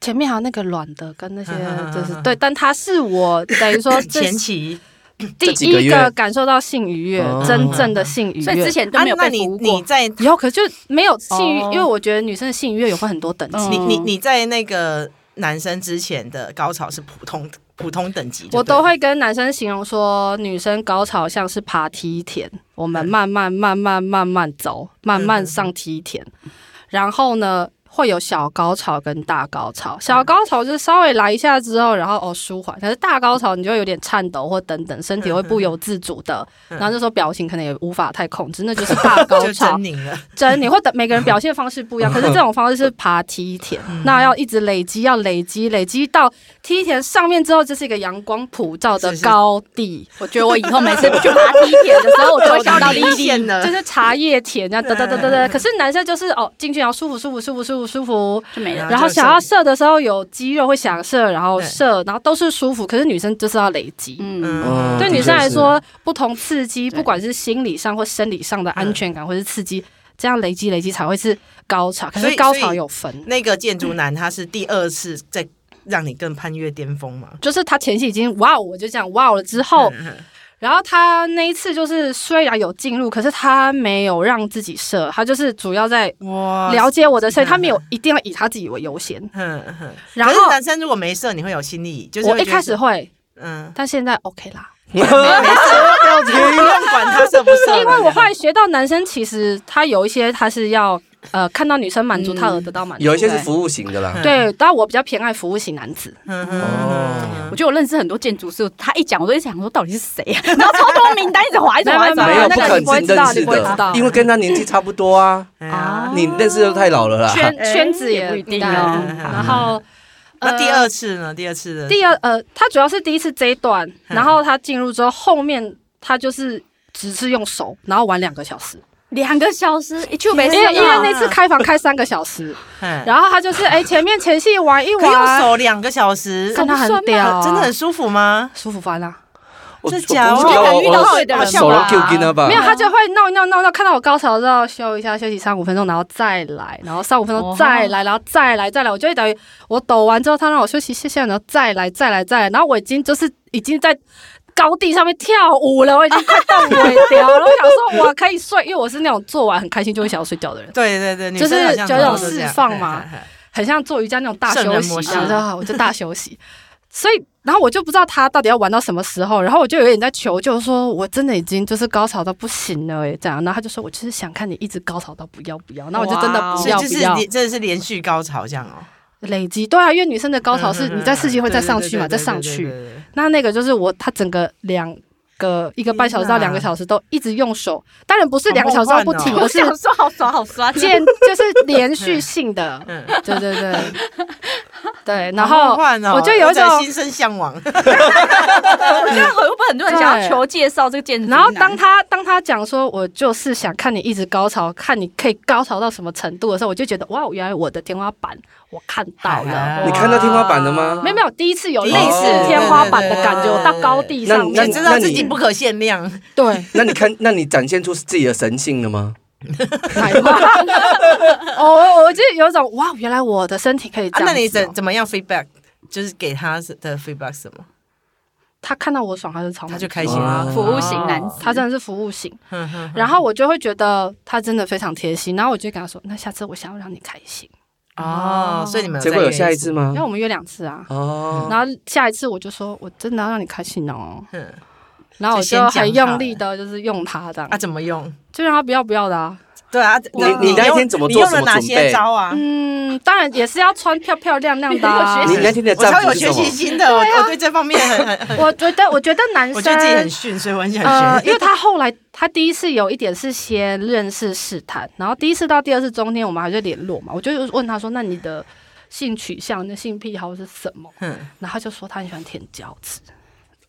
S4: 前面还有那个软的跟 那些
S2: 嗯嗯嗯
S4: 就是
S2: 嗯
S4: 对，但他是我等于说哦这
S2: 前期
S4: 第
S1: 这几个
S4: 一
S1: 月
S4: 个感受到性愉悦
S1: 哦，
S4: 真正的性愉悦。
S3: 所以之前都
S2: 啊
S3: 没有，
S2: 那
S3: 被
S2: 你
S3: 服务
S2: 你
S3: 过，
S2: 在
S4: 以后可就没有性欲，
S3: 哦
S4: 因为我觉得女生的性愉悦有分很多等级。
S3: 嗯
S2: 你你你在那个男生之前的高潮是普通普通等级就对了，
S4: 我都会跟男生形容说，女生高潮像是爬梯田，
S2: 嗯
S4: 我们慢慢慢慢慢慢走，慢慢上梯田。然后呢，会有小高潮跟大高潮。
S2: 嗯
S4: 小高潮就是稍微来一下之后，然后哦舒缓，可是大高潮你就会有点颤抖或等等，身体会不由自主的，
S2: 嗯
S4: 然后这时候表情可能也无法太控制，那 就是大高
S2: 就
S4: 潮
S2: 狰。狞了，
S4: 真你或者每个人表现方式不一样，可是这种方式是爬梯田，那要一直累积，要累积，累积到梯田上面之后，这是一个阳光普照的
S2: 是是
S4: 高地，
S3: 我觉得我以后每次去爬梯田的时候，我就会想到莉莉。
S2: 线了
S4: 就是茶叶田这样哒哒哒哒哒。可是男生就是哦，进去然后舒服舒服舒服舒服舒服，
S3: 就没
S2: 然
S3: 了。
S4: 然后想要射的时候有肌肉会想射，然后
S2: 对
S4: 射，然后都是舒服。可是女生就是要累积。
S3: 嗯，
S1: 嗯
S4: 对
S1: 的
S4: 女
S1: 确
S4: 生来
S1: 是
S4: 说，不同刺激，
S3: 对
S4: 不管是心理上或生理上的安全感，或是刺激，这样累积累积才会是高潮。可
S2: 所
S4: 是
S2: 以
S4: 高
S2: 所
S4: 潮
S2: 以
S4: 有分，
S2: 那个建筑男他是第二次在让你更攀越巅峰嘛？
S4: 就是他前期已经哇哦，我就这样哇哦了之后，
S2: 嗯
S4: 然后他那一次就是虽然有进入，可是他没有让自己射，他就是主要在
S2: 哇
S4: 了解我的所以
S2: 嗯
S4: 他没有一定要以他自己为优先。
S2: 哼哼，
S4: 然
S2: 嗯
S4: 后
S2: 可是男生如果没射，你会有心理，就是
S4: 我
S2: 会
S4: 一
S2: 觉得
S4: 开始会，
S2: 嗯，
S4: 但现在 OK 啦，
S1: 不
S2: 不用管他射不射，
S4: 因为我后来学到男生其实他有一些他是要呃看到女生满足他而得到
S2: 嗯
S4: 满 足，
S1: 有一些是
S4: 对
S1: 服务型的啦，
S4: 对，但我比较偏爱服务型男子，
S2: 嗯
S1: 哦
S3: 我觉得我认识很多建筑师，他一讲我都在想说到底是谁啊，然后超多名单一直划一直划一直
S2: 啊
S3: 划
S1: 没
S4: 没有
S1: 有
S4: 那
S1: 不
S4: 个
S1: 可
S4: 你不会
S1: 能
S4: 知道
S1: 认
S4: 你
S1: 识
S4: 不会知道
S1: 的，因为跟他年纪差不多啊，
S2: 哎呀
S3: 啊
S1: 你认识的太老了啦。
S4: 圈
S3: 哎
S4: 圈子也
S3: 也不一定
S4: 大
S3: 哦
S4: 嗯然后
S2: 那
S4: 呃
S2: 啊第二次呢？第二次的
S4: 第二呃，他主要是第一次这一段，然后他进入之后，后面他就是只是用手，然后玩两个小时，
S3: 两个小时一去没
S4: 因
S3: 事啊
S4: 为因为那次开房开三个小时，
S2: 然
S4: 然后他就是哎、前面前戏玩一
S2: 嗯可以用
S4: 玩，
S2: 手两个小时，
S4: 看他很屌啊，
S2: 真的很舒服吗？
S4: 舒服啊翻啦。
S1: 我
S2: 这
S1: 我
S2: 假
S1: 不知
S2: 的
S1: 道
S3: 遇到
S1: 我
S3: 对的
S1: 我
S3: 人
S1: 手都
S3: 吧
S1: Q 筋了吧
S4: 没？有，他就会闹一闹闹一闹，看到我高潮之后休一下，休息三五分钟，然后再来，然后三五分钟
S3: 哦
S4: 再来，然后再来再来，我就会等于我抖完之后，他让我休息歇歇，然后再来再来再来，然后我已经就是已经在。高地上面跳舞了，我已经快到尾调了。我想说，我可以睡，因为我是那种做完很开心就会想要睡觉的人，
S2: 对对对，女
S4: 就是
S2: 生好像
S4: 就有
S2: 都是这样
S4: 释放嘛
S2: 嘿嘿嘿
S4: 很像做瑜伽那种大
S2: 圣
S4: 休
S2: 人
S4: 息
S2: 模，
S4: 然
S2: 式
S4: 后 啊我就大休息。所以，然后我就不知道他到底要玩到什么时候，然后我就有点在求救，说我真的已经就是高潮到不行了诶，这样。然后他就说，我就是想看你一直高潮到不要不要，那我就真的
S3: 哇哦
S4: 不
S2: 所以
S4: 要
S2: 就
S4: 不
S2: 是
S4: 要
S2: 连真的是连续高潮这样哦。嗯
S4: 累积。对啊，因为女生的高潮是你在刺激会再上去嘛，
S2: 对
S4: 再
S2: 对对对
S4: 上去。
S2: 对对对
S4: 那那个就是我，他整个两个一个半小时到两个小时都一直用手，当然不是两个小时都不 停，
S2: 好哦
S4: 而
S3: 我
S4: 是
S3: 想说好爽 好酸，
S4: 间就是连续性的。
S2: 嗯，
S4: 对对对 对，然
S2: 然
S4: 后
S2: 后换哦，
S4: 我就有一
S2: 真的
S4: 种
S2: 心生向往。
S3: 我觉得很多很多人想要求介绍这个建筑男，
S4: 然后当他当他讲说，我就是想看你一直高潮，看你可以高潮到什么程度的时候，我就觉得哇，原来我的天花板我看到了。
S2: 哎
S1: 你
S4: 哇
S1: 看到天花板了吗
S4: 没有没有，第一次有
S2: 第
S4: 类
S2: 一
S4: 似
S1: 次
S4: 天花板的感觉，
S2: 对对对
S4: 我到高地上
S1: 那
S4: 面
S1: 你
S2: 你知道
S1: 那你
S2: 自己不可限量，啊
S4: 对
S1: 那你看，那你展现出自己的神性了吗？
S4: 奶妈， 哦我我就有一种哇，原来我的身体可以这
S2: 啊，
S4: 样、哦
S2: 那你怎？怎么样 feedback？就是给他的 feedback 是什么？
S4: 他看到我爽，他就超
S2: 他
S4: 满
S2: 就
S4: 足
S2: 开心嗯啊
S1: 哦，
S3: 服务型男子，
S4: 他真的是服务型。
S2: 哼哼哼
S4: 然后我就会觉得他真的非常贴心，然后我就跟他说，那下次我想要让你开心，
S2: 哦，所以你们
S1: 结果有
S2: 再
S1: 下
S2: 约
S1: 一次？吗
S4: 因为？我们约两次啊，
S2: 嗯
S1: 哦，
S4: 然后下一次我就说我真的要让你开心哦，
S2: 哼
S4: 然后我
S2: 先
S4: 就
S2: 讲
S4: 很
S2: 好
S4: 用力的就是用他这样
S2: 啊，，怎么用？
S4: 就让他不要不要的啊，
S2: 对啊，
S1: 你你那
S2: 用
S1: 天怎么
S2: 你
S1: 做
S2: 用
S1: 什
S2: 了
S1: 么
S2: 哪
S1: 准
S2: 些
S1: 备
S2: 招啊？
S4: 嗯，当然也是要穿漂漂亮亮的、啊
S3: 有
S1: 你
S3: 学。习
S1: 那天的
S2: 我超
S1: 战
S2: 有
S1: 服是
S2: 学
S1: 什么
S2: 习？心的，我我对这啊方面很 很很，
S4: 我觉得，我觉得男生，
S2: 我觉得自己很逊，所以我很想
S4: 呃，因
S2: 学。
S4: 为他后来他第一次有一点是先认识试探，然后第一次到第二次中间我们还在联络嘛，我就问他说，那你的性取向、那性癖好是什么？
S2: 嗯，
S4: 然后他就说他很喜欢舔脚趾，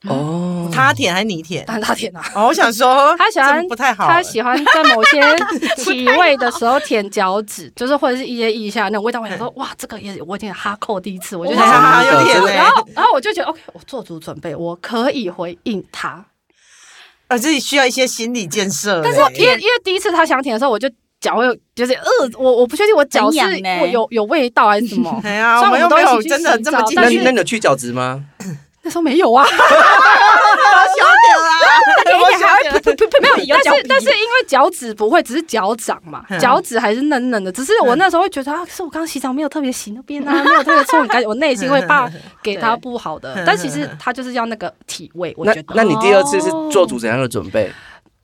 S1: 哦，
S2: 他舔还是你舔？
S4: 但是他舔啊，
S2: 哦，我想 说，
S4: 他喜
S2: 这
S4: 欢
S2: 不太好。
S4: 他喜 欢在某些体位的时候舔脚趾，就是或者是一些腋下那种味道。我想说，哇，这个也我有点哈扣第一次，我就
S2: 我
S4: 想
S2: 想
S4: 说，
S2: 他有舔
S4: 然
S2: 嘞，
S4: 后然后我就觉得 OK，我做足准备，我可以回应他。
S2: 我自己呃需要一些心理建设嘞。。
S4: 但是因为因为第一次他想舔的时候，我就脚会有就是呃，我我不确定我脚是
S3: 很痒欸
S4: 我有有味道还是什么
S2: 哎呀，
S4: 虽
S2: 我
S4: 然
S2: 们又没
S4: 我
S2: 有
S4: 们都一起去
S2: 真的这么
S4: 洗
S2: 近
S4: 澡
S1: 那
S4: 但
S1: 你
S4: 是
S1: 那你有去角质吗？
S4: 那时候没有啊，
S2: 啊
S3: 哎
S2: 我想要舔
S3: 不不没有，有
S4: 但
S3: 脚
S4: 是
S3: 比
S4: 但是因为脚趾不会，只是脚掌嘛，
S2: 嗯
S4: 脚趾还是嫩嫩的。只是我那时候会觉得啊，可是我刚洗澡没有特别洗那边啊，没有特别搓很干净，我内心会怕给他不好的
S2: 对。
S4: 但其实他就是要那个体味，我
S1: 那
S4: 觉得。
S1: 那你第二次是做足怎样的准备？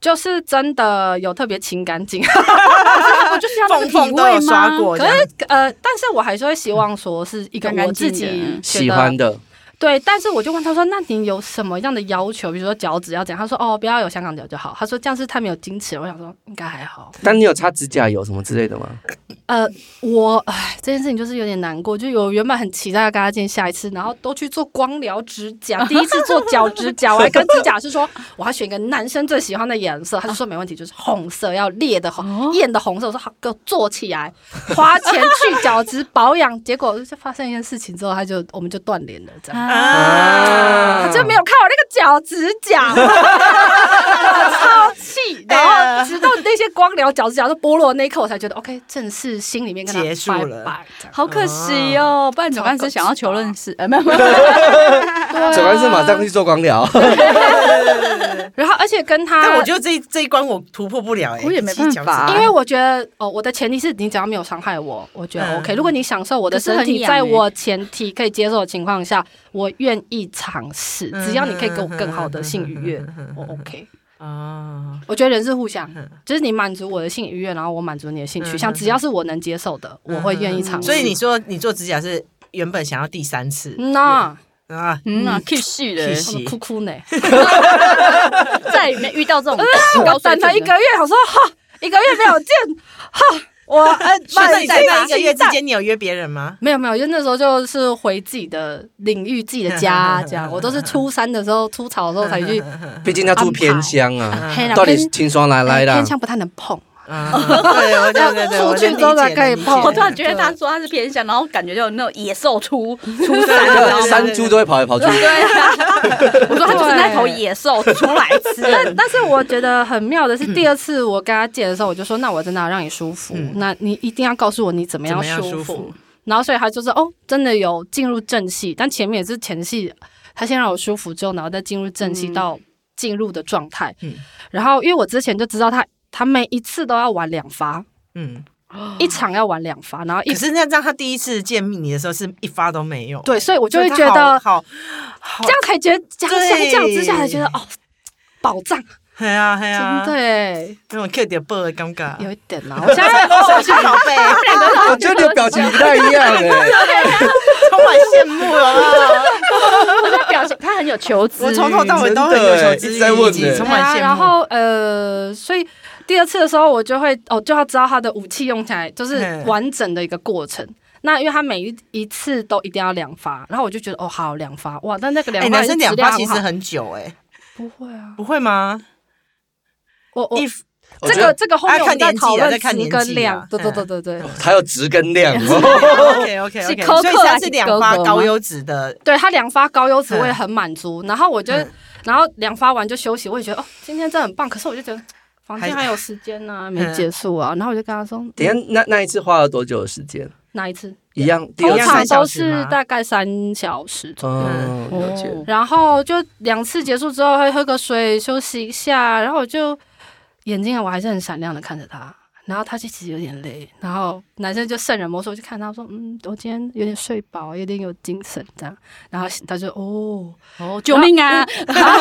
S4: 就是真的有特别清干净，我就是要那个
S2: 缝缝
S4: 体
S2: 都有
S4: 味
S2: 刷
S4: 吗？
S2: 过，
S4: 可
S2: 这样
S4: 是呃，但是我还是会希望说是一个
S3: 干干
S4: 我自
S3: 净
S4: 己
S3: 净
S4: 觉
S1: 喜
S4: 得
S1: 欢的，
S4: 对，但是我就问他说：“那你有什么样的要求？比如说脚趾要怎样？”他说：“哦，不要有香港脚就好。”他说：“这样是太没有矜持了。”我想说应该还好。
S1: 但你有擦指甲油什么之类的吗？
S4: 呃，我唉，这件事情就是有点难过，就我原本很期待跟他见下一次，然后都去做光疗指甲，第一次做脚指甲，我还跟指甲师说我要选一个男生最喜欢的颜色，他就说没问题，就是红色，要烈的红，艳的红色。我说好，给我做起来，花钱去角质保养。结果就发生一件事情之后，他就我们就断联了，这样。
S2: 啊
S4: 他就没有看我那个脚趾甲，我超气。然后直到那些光疗脚趾甲都剥落的那一刻，我才觉得 OK，正式心里面跟他
S2: 结束了
S4: 拜拜这样
S3: 好可惜哦，不然总干事想要求认识，呃，没有没有，
S4: 哦
S1: 总干事马上去做光疗，
S4: 然后而且跟他，
S2: 但我觉得这一这一关我突破不了、欸，
S3: 我也没办法
S4: 因为我觉得哦，我的前提是你只要没有伤害我，我觉得
S2: 嗯
S4: OK。如果你享受我的
S3: 可是很
S4: 身体，
S3: 痒
S4: 在
S3: 欸
S4: 我前提可以接受的情况下，我愿意尝试，只要你可以给我更好的性愉悦，我 OK。
S2: 啊，
S4: 我觉得人是互相，就是你满足我的性愉悦，然后我满足你的性取向，只要是我能接受的，我会愿意尝试。
S2: 所以你说你做指甲是原本想要第三次
S4: 嗯那
S2: 啊，
S3: 嗯啊，K 系的，
S2: 是
S4: 哭哭呢？
S3: 再也没遇 到这种
S4: 我
S3: 高
S4: 等
S3: 水
S4: 了一
S3: 准
S4: 个
S3: 的，
S4: 月，我说哈，一个月没有见，哈，我呃，
S2: 所以你
S4: 再
S2: 在那
S4: 拿
S2: 一个月之间，你有约别人吗？
S4: 没有没有，因为那时候就是回自己的领域、自己的 家，这样。我都是初三的时候、初潮的时候才去，
S1: 毕竟他住偏乡啊，
S4: 黑啦
S1: 到底
S4: 偏
S1: 清爽来来
S4: 哎
S1: 啦
S4: 偏？向不太能碰。
S2: 啊，对，我对对 对，我
S4: 出去之后才可以碰
S3: 哦 我突然觉得
S2: 他。
S3: 他说他是偏向，然后感觉就有那种野兽出出
S2: 对对
S3: 山，
S2: 对
S1: 那山猪都会跑来跑去，
S3: 对啊，我说他就是那头野兽出来吃
S4: 但
S3: 人，
S4: 但 是我觉得很妙的是，第二次我跟他见的时候，我就说：“那我真的要让你舒服，
S2: 嗯
S4: 那你一定要告诉我你怎么样
S2: 怎么样舒
S4: 服
S2: 服。”
S4: 然后所以他就是哦，真的有进入正戏，但前面也是前戏，他先让我舒服之后，然后再进入正戏
S3: 嗯
S4: 到进入的状态。
S2: 嗯
S4: 然后因为我之前就知道他，他每一次都要玩两发，
S2: 嗯，
S4: 一场要玩两发，然后一
S2: 可是那让他第一次见你的时候是一发都没有，
S4: 对，所以我就会
S2: 所
S4: 觉
S2: 以他
S4: 得
S2: 好，好
S4: 这样才觉得，这样相
S2: 对
S4: 较之下才觉得哦，宝藏，
S2: 嘿啊嘿啊，
S4: 真的耶
S2: 那种 Q 点 b 的尴尬，
S4: 有一点 啦。我现在哦
S2: 手心宝贝，
S1: 我觉得你的表情不太一样哎。
S2: 充满羡慕了，啊
S3: 我的表情他很有求知欲，
S2: 我从头到尾都很有求
S1: 真的欸耶
S2: 知
S1: 一直在问
S2: 欲，以及
S1: 耶
S2: 充
S4: 对
S2: 满
S4: 啊，
S2: 羡慕。
S4: 然后呃，所以第二次的时候，我就会哦，就要知道他的武器用起来就是
S2: 嗯
S4: 完整的一个过程。那因为他每一一次都一定要两发，然后我就觉得哦，好两发哇，但那个两
S2: 哎，
S4: 发
S2: 男
S4: 也是
S2: 生
S4: 质
S2: 两
S4: 量
S2: 发其
S4: 很
S2: 实
S4: 好
S2: 很久哎，
S4: 不会啊，
S2: 不会吗？
S4: 我我
S2: 一
S1: 我
S4: 这
S1: 觉
S4: 个
S1: 得
S4: 这个后面
S2: 啊
S4: 我
S2: 看
S4: 们再
S2: 年纪啊
S4: 讨论
S2: 再看
S4: 值
S2: 年纪
S4: 跟
S2: 啊
S4: 量，对对
S2: 嗯
S4: 对对对，
S1: 还有值跟量，
S2: OK OK
S4: 是
S2: OK，
S4: 苛刻
S2: 所以他是
S4: 还是
S2: 两
S4: 格
S2: 发
S4: 格
S2: 高
S4: 吗
S2: 优质的，
S4: 对他两发高优质我也很满足，然后我就，然后两发完就休息，我也觉得哦，今天真的很棒。可是我就觉得房间
S2: 还
S4: 还有时间呢、没结束啊。然后我就跟他说，嗯
S1: 等一下那那一次花了多久的时间？
S4: 哪一次？
S1: 一样，第
S4: 通
S1: 二
S2: 一
S1: 次。
S2: 样
S4: 常
S2: 三小
S4: 都
S2: 时吗
S4: 是大概三小时左右。
S1: 哦，
S3: 嗯
S1: 了解。
S4: 然后就两次结束之后会喝个水休息一下，然后我就眼睛啊我还是很闪亮的看着他，然后他就其实有点累，然后男生就圣人模式，我就看他说，嗯，我今天有点睡饱，有点有精神这样，然后他就哦，
S3: 哦，救命 啊！
S4: 然后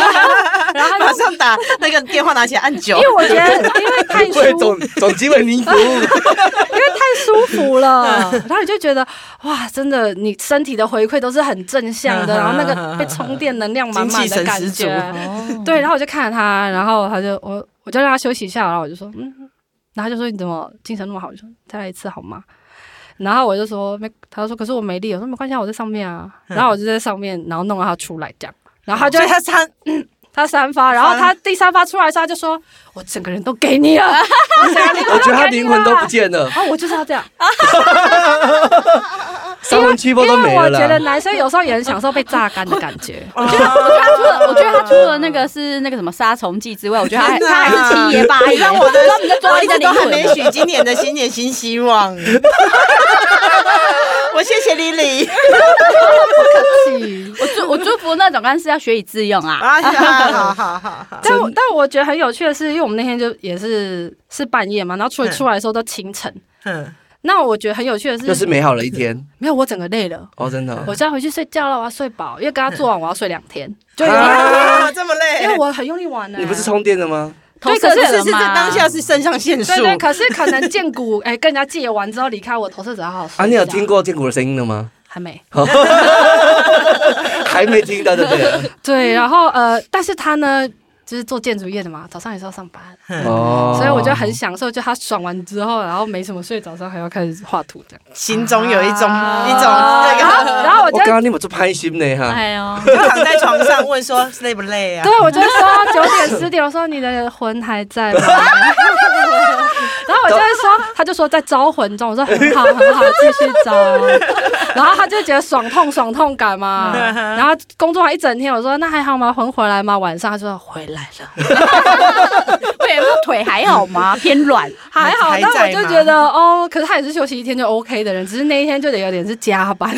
S4: 他就
S2: 马上打那个电话拿起来按九
S4: 因，为我觉得，因为太舒，
S1: 为
S4: 因
S1: 总总机为您服务，
S4: 为太舒服 了，然后你就觉得哇，真的，你身体的回馈都是很正 向的，然后那个被充电能量满满的感
S2: 精气神
S4: 觉，
S3: 哦
S1: 嗯
S4: 对，然后我就看着他，然后他就我我就让他休息一下，然后我就说嗯，然后他就说你怎么精神那么好？我就说再来一次好吗？然后我就说没，他就说可是我没力，我说没关系，啊，我在上面啊，
S1: 嗯
S4: 然后我就在上面，然后弄到他出来这样，然后他就
S1: 哦
S2: 所以他三
S4: 他三发，然后他第三发出来的时候，他就说：“我整个人都给 你了，我整个人
S1: 我觉得他
S4: 给你
S1: 灵魂都
S4: 了
S1: 不见 了，
S4: 啊，我就是要这样，
S1: 三魂七魄都
S4: 因
S1: 没
S4: 为
S1: 了
S4: 我觉得
S1: 啦。
S4: 男生有时候也很享受被榨干的感 觉。
S2: 我觉
S3: 我觉哦得他除了我觉得他除了那个是那个什么杀虫剂之外，我觉得他
S2: 天哪
S3: 他还是七爷八
S2: 你
S3: 爷，
S2: 让我的
S3: 专门在抓
S2: 我
S3: 你
S2: 一
S3: 的
S2: 直
S3: 灵
S2: 都还
S3: 魂
S2: 没。许今年的新年新希 望。我谢谢 Lily
S3: 我祝我祝福那种干事要学以致用啊！
S2: 啊，好好好
S1: 啊
S2: 好，
S4: 但我但我觉得很有趣的是，因为我们那天就也是是半夜嘛，然后出
S2: 嗯
S4: 出来的时候都清晨。
S2: 嗯，
S4: 那我觉得很有趣的是，
S1: 又是美好了一 天
S4: 没有我整个累了，
S1: 哦，真的哦
S4: 我就要回去睡觉了，我要睡饱，因为跟他做完我要睡两天，就有点
S1: 啊
S2: 啊，这么累，
S4: 因为我很用力玩呢。啊
S1: 你不是充电的吗？
S4: 对，
S3: 投射
S4: 可是
S3: 者
S2: 是是，这
S3: 嘛
S2: 当下是肾上腺素
S4: 对，对，可是可能见骨哎，跟人家借完之后离开我，投射者好好睡
S1: 啊，你有
S4: 觉
S1: 听？过建谷的声音了吗？
S4: 还没。
S1: 还没听到，对不对？
S4: 对，然后呃，但是他呢，就是做建筑业的嘛，早上也是要上班，
S1: 哦
S4: 所以我就很享受，就他爽完之后，然后没什么睡，早上还要开始画图这样。
S2: 心中有一种一种
S4: 啊
S1: 哦
S2: 那
S4: 然后
S2: 个，
S4: 然啊后我
S1: 我
S4: 就
S1: 刚刚你们做拍心呢哈，
S3: 哎呦，
S2: 就躺在床上问说累不累啊？
S4: 对，我就会说九点十点，我说你的魂还 在吗？然后我就会说，他就说在招魂中，我说很好很好，继续招。然后他就觉得爽痛爽痛感 嘛，然后工作完一整天，我说那还好吗？魂回来吗？晚上他就说回来了，
S3: 对，我腿还好吗？偏软，
S4: 还 好。
S2: 还
S4: 但我
S2: 在
S4: 就
S2: 吗
S4: 觉得哦，可是他也是休息一天就 OK 的人，只是那一天就得有点是加班。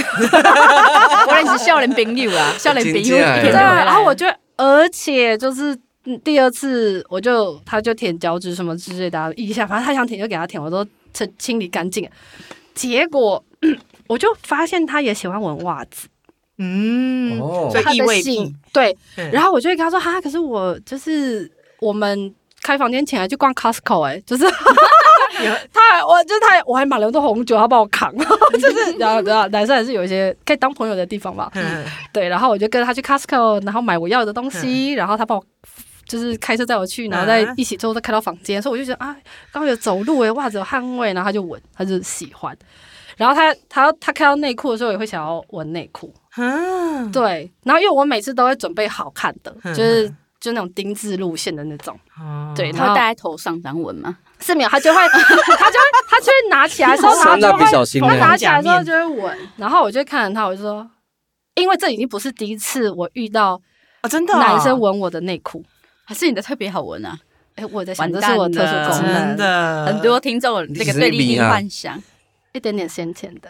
S3: 果然是笑脸冰友啊， 笑脸冰友一天
S1: 真
S3: 就回
S1: 的
S3: 来了。
S4: 啊然后我就，而且就是嗯第二次，我就他就舔脚趾什么之类的啊一下，反正他想舔就给他舔，我都清清理干净了。结果我就发现他也喜欢闻袜子，
S2: 嗯，
S1: 哦
S2: 所
S4: 他
S2: 以异
S4: 的
S2: 味
S4: 性
S2: 癖，
S4: 对，
S2: 嗯
S4: 然后我就会跟他说哈，可是我就是我们。开房间前还去逛 Costco 哎、就是 他还我就是他还我还买了很多红酒，他帮我扛， 就是然后然后男生还是有一些可以当朋友的地方吧。
S2: 嗯
S4: 对，然后我就跟他去 Costco，然后买我要的东西，然后他帮我。就是开车带我去，然后再
S2: 嗯
S4: 一起之后再开到房间，所以我就觉得啊，刚好有走路诶、袜子有汗味，然后他就闻，他就喜欢。然后他他他看到内裤的时候也会想要闻内裤，
S2: 嗯，
S4: 对。然后因为我每次都会准备好看的，
S2: 嗯
S4: 就是就那种丁字路线的那种，
S2: 哦
S4: 对。
S3: 他
S4: 然
S3: 会
S4: 后
S3: 戴在头上当纹吗？
S4: 是没有，他就会 他就会他就会拿起来的时候，然后
S1: 酸
S4: 就
S1: 蜡笔
S4: 会
S1: 小新
S4: 他
S1: 呢？
S4: 拿起来之后就会闻，然后我就看着他，我就说，因为这已经不是第一次我遇到
S2: 哦，真的哦
S4: 男生闻我的内裤。
S3: 还是你的特别好闻啊？
S4: 哎、我在
S3: 完
S4: 想，这
S3: 蛋
S4: 是我特殊功能，
S2: 真的
S3: 很多听众有这个对立
S1: 你是 B
S3: 性
S1: 啊
S3: 幻想
S4: 一点点咸甜的，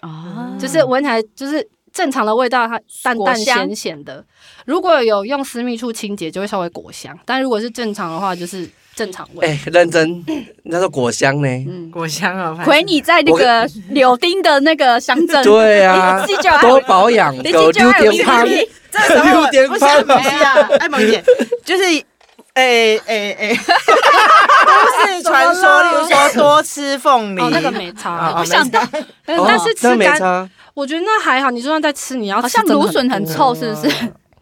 S3: 啊，
S4: 就是闻起来就是正常的味道，它淡
S3: 果
S4: 淡
S3: 香
S4: 咸咸的。如果有用私密处清洁，就会稍微果香；但如果是正常的话，就是正常味。哦
S1: 哎，认真，那叫果香呢？
S3: 嗯，
S2: 果香哦，反正
S3: 亏你在那个柳丁的那个乡镇，
S1: 对啊
S3: 你自己就要
S1: 多保养，
S3: 你
S1: 狗
S3: 自己
S1: 六
S3: 就要有
S1: 点八
S3: 毅力
S2: 这时候
S1: 六点
S2: 不是
S1: 八
S2: 不是啊，艾萌姐，就是，诶诶 诶，都市传说，例如说多吃凤梨，
S4: 哦，那个没差，
S2: 哦
S3: 我想到
S4: 但
S1: 哦
S4: 但是吃
S1: 那没
S4: 干，
S1: 差，
S4: 我觉得那还好。你就算在吃，你要
S3: 好
S4: 吃
S3: 像
S4: 真的
S3: 芦笋很
S4: 多
S3: 臭，是不是？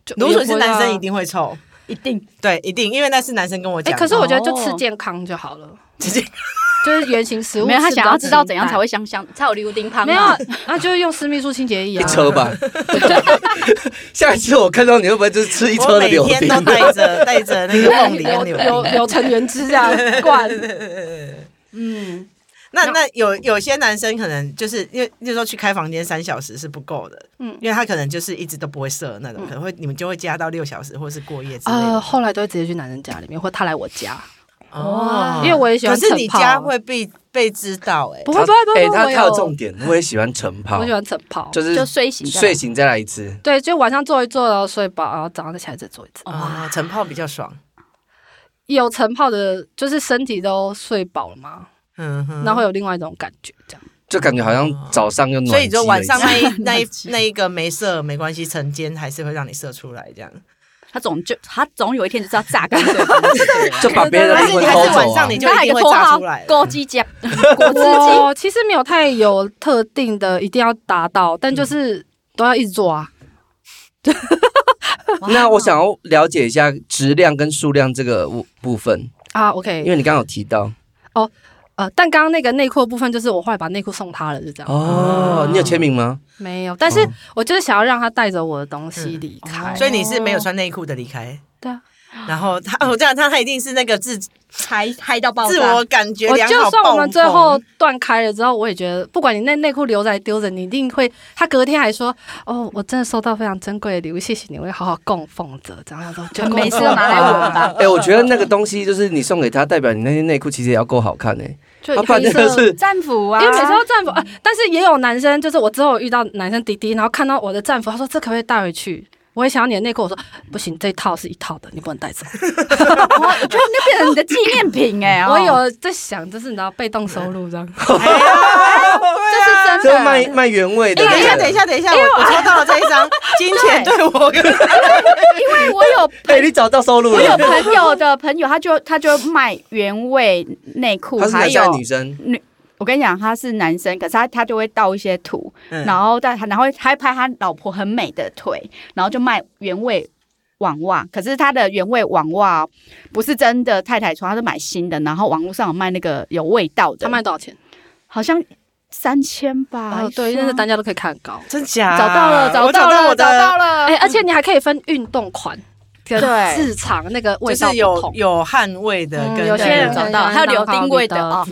S4: 就
S2: 芦笋是男
S4: 也不会
S2: 生
S4: 啊
S2: 一定会臭，
S3: 一定
S2: 对，一定，因为那是男生跟我
S4: 哎、
S2: 讲的。哦
S4: 可是我觉得就
S3: 哦
S4: 吃健康就好了，
S2: 直接
S4: 就是原型食物。
S3: 没有，他想要知道怎样才
S4: 会。
S3: 会香香，才有溜丁汤啊。
S4: 没有，那就是用私密处清洁液
S1: 一
S4: 啊。
S1: 车吧。下一次我看到你会不会就是吃一
S2: 我
S1: 车的
S2: 每
S1: 柳
S2: 天
S1: 丁？
S2: 都带着带着那个凤梨跟
S4: 有
S2: 柳
S4: 有
S2: 丁。
S4: 有成员之 这样灌，嗯，
S2: 那那有有些男生可能就是因为那时候去开房间三小时是不够的，嗯
S4: 嗯，
S2: 因为他可能就是一直都不会射那种，可能会你们就会加到六小时或是过夜之类
S4: 呃，
S2: 的。
S4: 后来都会直接去男人家里面，或他来我家，
S1: 哎
S2: 哦
S4: 因为我也喜欢
S2: 可是
S4: 晨
S2: 你
S4: 跑
S2: 家会被被知道哎，
S4: 不
S1: 他
S4: 会不会不会，
S1: 哎，他
S4: 我
S1: 他有
S4: 有
S1: 重点，我也喜欢晨跑
S4: 我喜，欢晨跑，
S1: 就是
S3: 就睡醒再来
S1: 睡醒再来一次。
S4: 对，就晚上做一做，然后睡饱，然后早上再起来再做一次。
S3: 哦
S2: 啊，晨泡比较爽，
S4: 有晨跑的，就是身体都睡饱了嘛，
S2: 嗯哼，
S4: 然后有另外一种感觉，这样。
S1: 就感觉好像早上又暖机
S2: 哦所
S1: 了一
S2: 以你
S1: 次，
S2: 就晚上那一那一那一个没射没关系，晨间还是会让你射出来 这样。
S3: 他总就他总有一天就知道榨干对 方就对了
S1: 就把别人的
S2: 但
S1: 灵
S2: 是你
S1: 魂
S2: 还
S1: 偷
S2: 是晚
S1: 走啊
S2: 上！你就
S3: 他还
S2: 一
S3: 有
S2: 定
S3: 个
S2: 会
S3: 绰
S2: 炸
S3: 号
S2: 出来。
S3: “勾鸡夹”，果汁机。
S4: 我其实没有太有特定的一定要达到，但
S1: 嗯
S4: 就是都要一直做啊。
S1: 那我想要了解一下质量跟数量这个部部分，
S4: 啊
S1: 因
S4: ，OK，
S1: 为你刚刚有提到
S4: 呃，但刚刚那个内裤的部分，就是我后来把内裤送他了，就这样。
S1: 哦，你有签名吗？
S4: 没有，但是
S1: 哦
S4: 我就是想要让他带着我的东西
S2: 嗯
S4: 离开。
S2: 所以你是没有穿内裤的离开。
S4: 对啊。
S2: 然后他，我这样他他一定是那个自自
S3: 嗨嗨到爆炸，
S2: 我感觉
S4: 我
S2: 良好
S4: 就算我们
S2: 爆棚
S4: 最后断开了之后，我也觉得，不管你那内裤留着还丢着，你一定会。他隔天还说：“哦，我真的收到非常珍贵的礼物，谢谢你，我会好好供奉着。”这样他说：“就
S3: 没事
S4: 供
S3: 就
S4: 奉
S3: 拿来闻
S2: 哦
S3: 吧。
S1: 哎，我觉得那个东西就是你送给他，代表你那件内裤其实也要够好看诶，
S4: 就
S1: 啊不然
S4: 黑
S1: 那个
S4: 色。
S1: 是
S3: 战斧啊，
S4: 因为每次呃都战服啊，但是也有男生，就是我之后有遇到男生弟弟，然后看到我的战服，他说这可不可以带回去？我也想要你的内裤。我说不行，这一套是一套的，你不能带走。
S3: 我我觉得那变成你的纪念品 哎、哦
S4: 我有在想，就是你知道被动收入这样。
S2: 啊
S3: 这是真
S1: 就
S3: 的。
S1: 卖卖原味的。
S2: 等一下，哎等一，下，等一下，我我抽到了这一张，金钱对我跟
S3: 因为我有
S1: 哎，你找到收入
S3: 我有
S1: 了。
S3: 朋友的朋友，他就他就卖原味内裤，
S1: 他是
S3: 还
S1: 男
S3: 有
S1: 生还是女生，
S3: 我跟你讲，他是男生，可是他他就会盗一些图，然后但他然后还拍他老婆很美的腿，然后就卖原味网袜。可是他的原味网袜哦不是真的太太穿，他是买新的，然后网络上有卖那个有味道的，
S4: 他卖多少钱？
S3: 好像三千吧。
S4: 哦，对，
S3: 一双
S4: 那个单价都可以看很高。
S2: 真假
S3: 找到了，
S2: 我
S3: 到
S2: 到
S3: 了，
S2: 啊我
S3: 找
S2: 的，
S3: 到了。
S4: 哎，而且你还可以分运动款跟
S3: 呃对
S4: 日常那个味
S2: 就
S4: 道
S2: 是
S4: 不
S2: 有
S4: 同。
S2: 有捍卫的
S4: 嗯
S2: 跟
S4: 有些人
S3: 找
S4: 找
S3: 到
S4: 到，
S3: 还有留定位的哦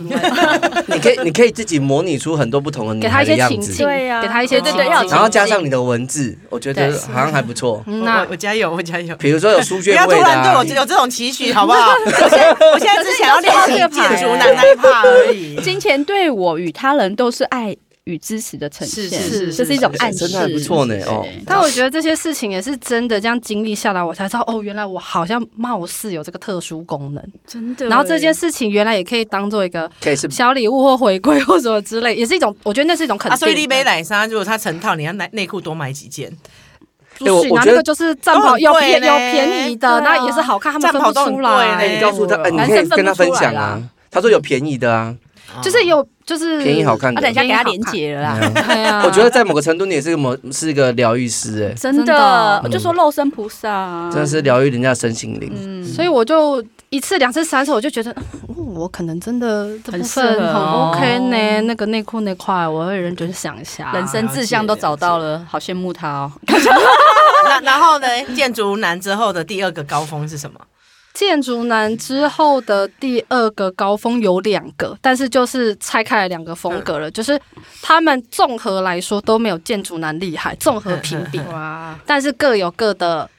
S1: 你可以你可以自己模拟出很多不同的女
S4: 给他
S1: 孩
S4: 一
S1: 的
S4: 些
S1: 嗯样
S4: 情
S1: 子
S4: 境，，
S3: 对呀
S4: 给他一些
S3: 对
S4: 情
S3: 对要有
S4: 境，
S1: 然后加上你的文字，我觉得
S3: 对
S1: 好像还不错。
S4: 嗯。
S2: 我
S4: 那
S2: 我加油，我加油！
S1: 比如说有书
S2: 不
S1: 卷
S2: 要突
S1: 味的
S2: 然对
S1: 啊
S2: 我，有这种期许，好不好？我现在我现在只想要练习建筑男那一趴而已。
S3: 金钱对我与他人都是爱与支持的呈现，
S2: 是是是
S3: 这是一种暗示，
S1: 真的还不错呢
S3: 是
S1: 哦。
S4: 但我觉得这些事情也是真的，这样经历下来，我才知道哦，原来我好像貌似有这个特殊功能。
S3: 真的。
S4: 然后这
S3: 件
S4: 件事情原来也可以当做一个
S1: 可以是
S4: 小礼物或回馈或什么之类，也是一种，我觉得那是一种肯定。
S2: 啊，所以丽杯奶莎，如果它成套，你要内内裤多买几件，
S4: 不
S1: 哎我
S4: 是，然
S1: 我
S4: 后
S1: 觉
S4: 那
S1: 得
S4: 个就是战袍有
S2: 都很贵
S4: 便
S2: 呢
S4: 有便宜的，
S3: 对啊
S4: 那也是好看，他们
S2: 战
S4: 分
S2: 袍
S4: 不
S2: 都很
S4: 出来。
S2: 贵
S1: 哎，
S2: 呢
S1: 你告诉他，哎，你
S3: 男
S1: 可以
S3: 生分
S1: 跟他
S3: 不出
S1: 分
S3: 来
S1: 享
S3: 啦
S1: 啊。他说有便宜的啊，
S4: 就是有就是
S1: 便宜好。看
S3: 啊，
S1: 的。
S3: 等一下给他连结了啦。
S1: 嗯
S4: 对啊，
S1: 我觉得在某个程度，你也是个某是一个疗愈师，哎，
S3: 真
S4: 真的
S3: 的，我嗯就说肉身菩萨啊，
S1: 真的是疗愈人家的身心灵。
S3: 嗯，
S4: 所以我就一次、两次、三次，我就觉得，嗯我可能真的这部分
S3: 很适合
S4: 很
S3: 哦
S4: OK 呢。那个内裤那块，我会认真想一下。
S3: 人生志向都找到了，好羡慕他哦。
S2: 那然后呢，建筑男之后的第二个高峰是什么？
S4: 建筑男之后的第二个高峰有两个，但是就是拆开来两个风格了，就是他们综合来说都没有建筑男厉害，综合评
S3: 嗯
S4: 比，
S3: 哇，
S4: 但是各有各的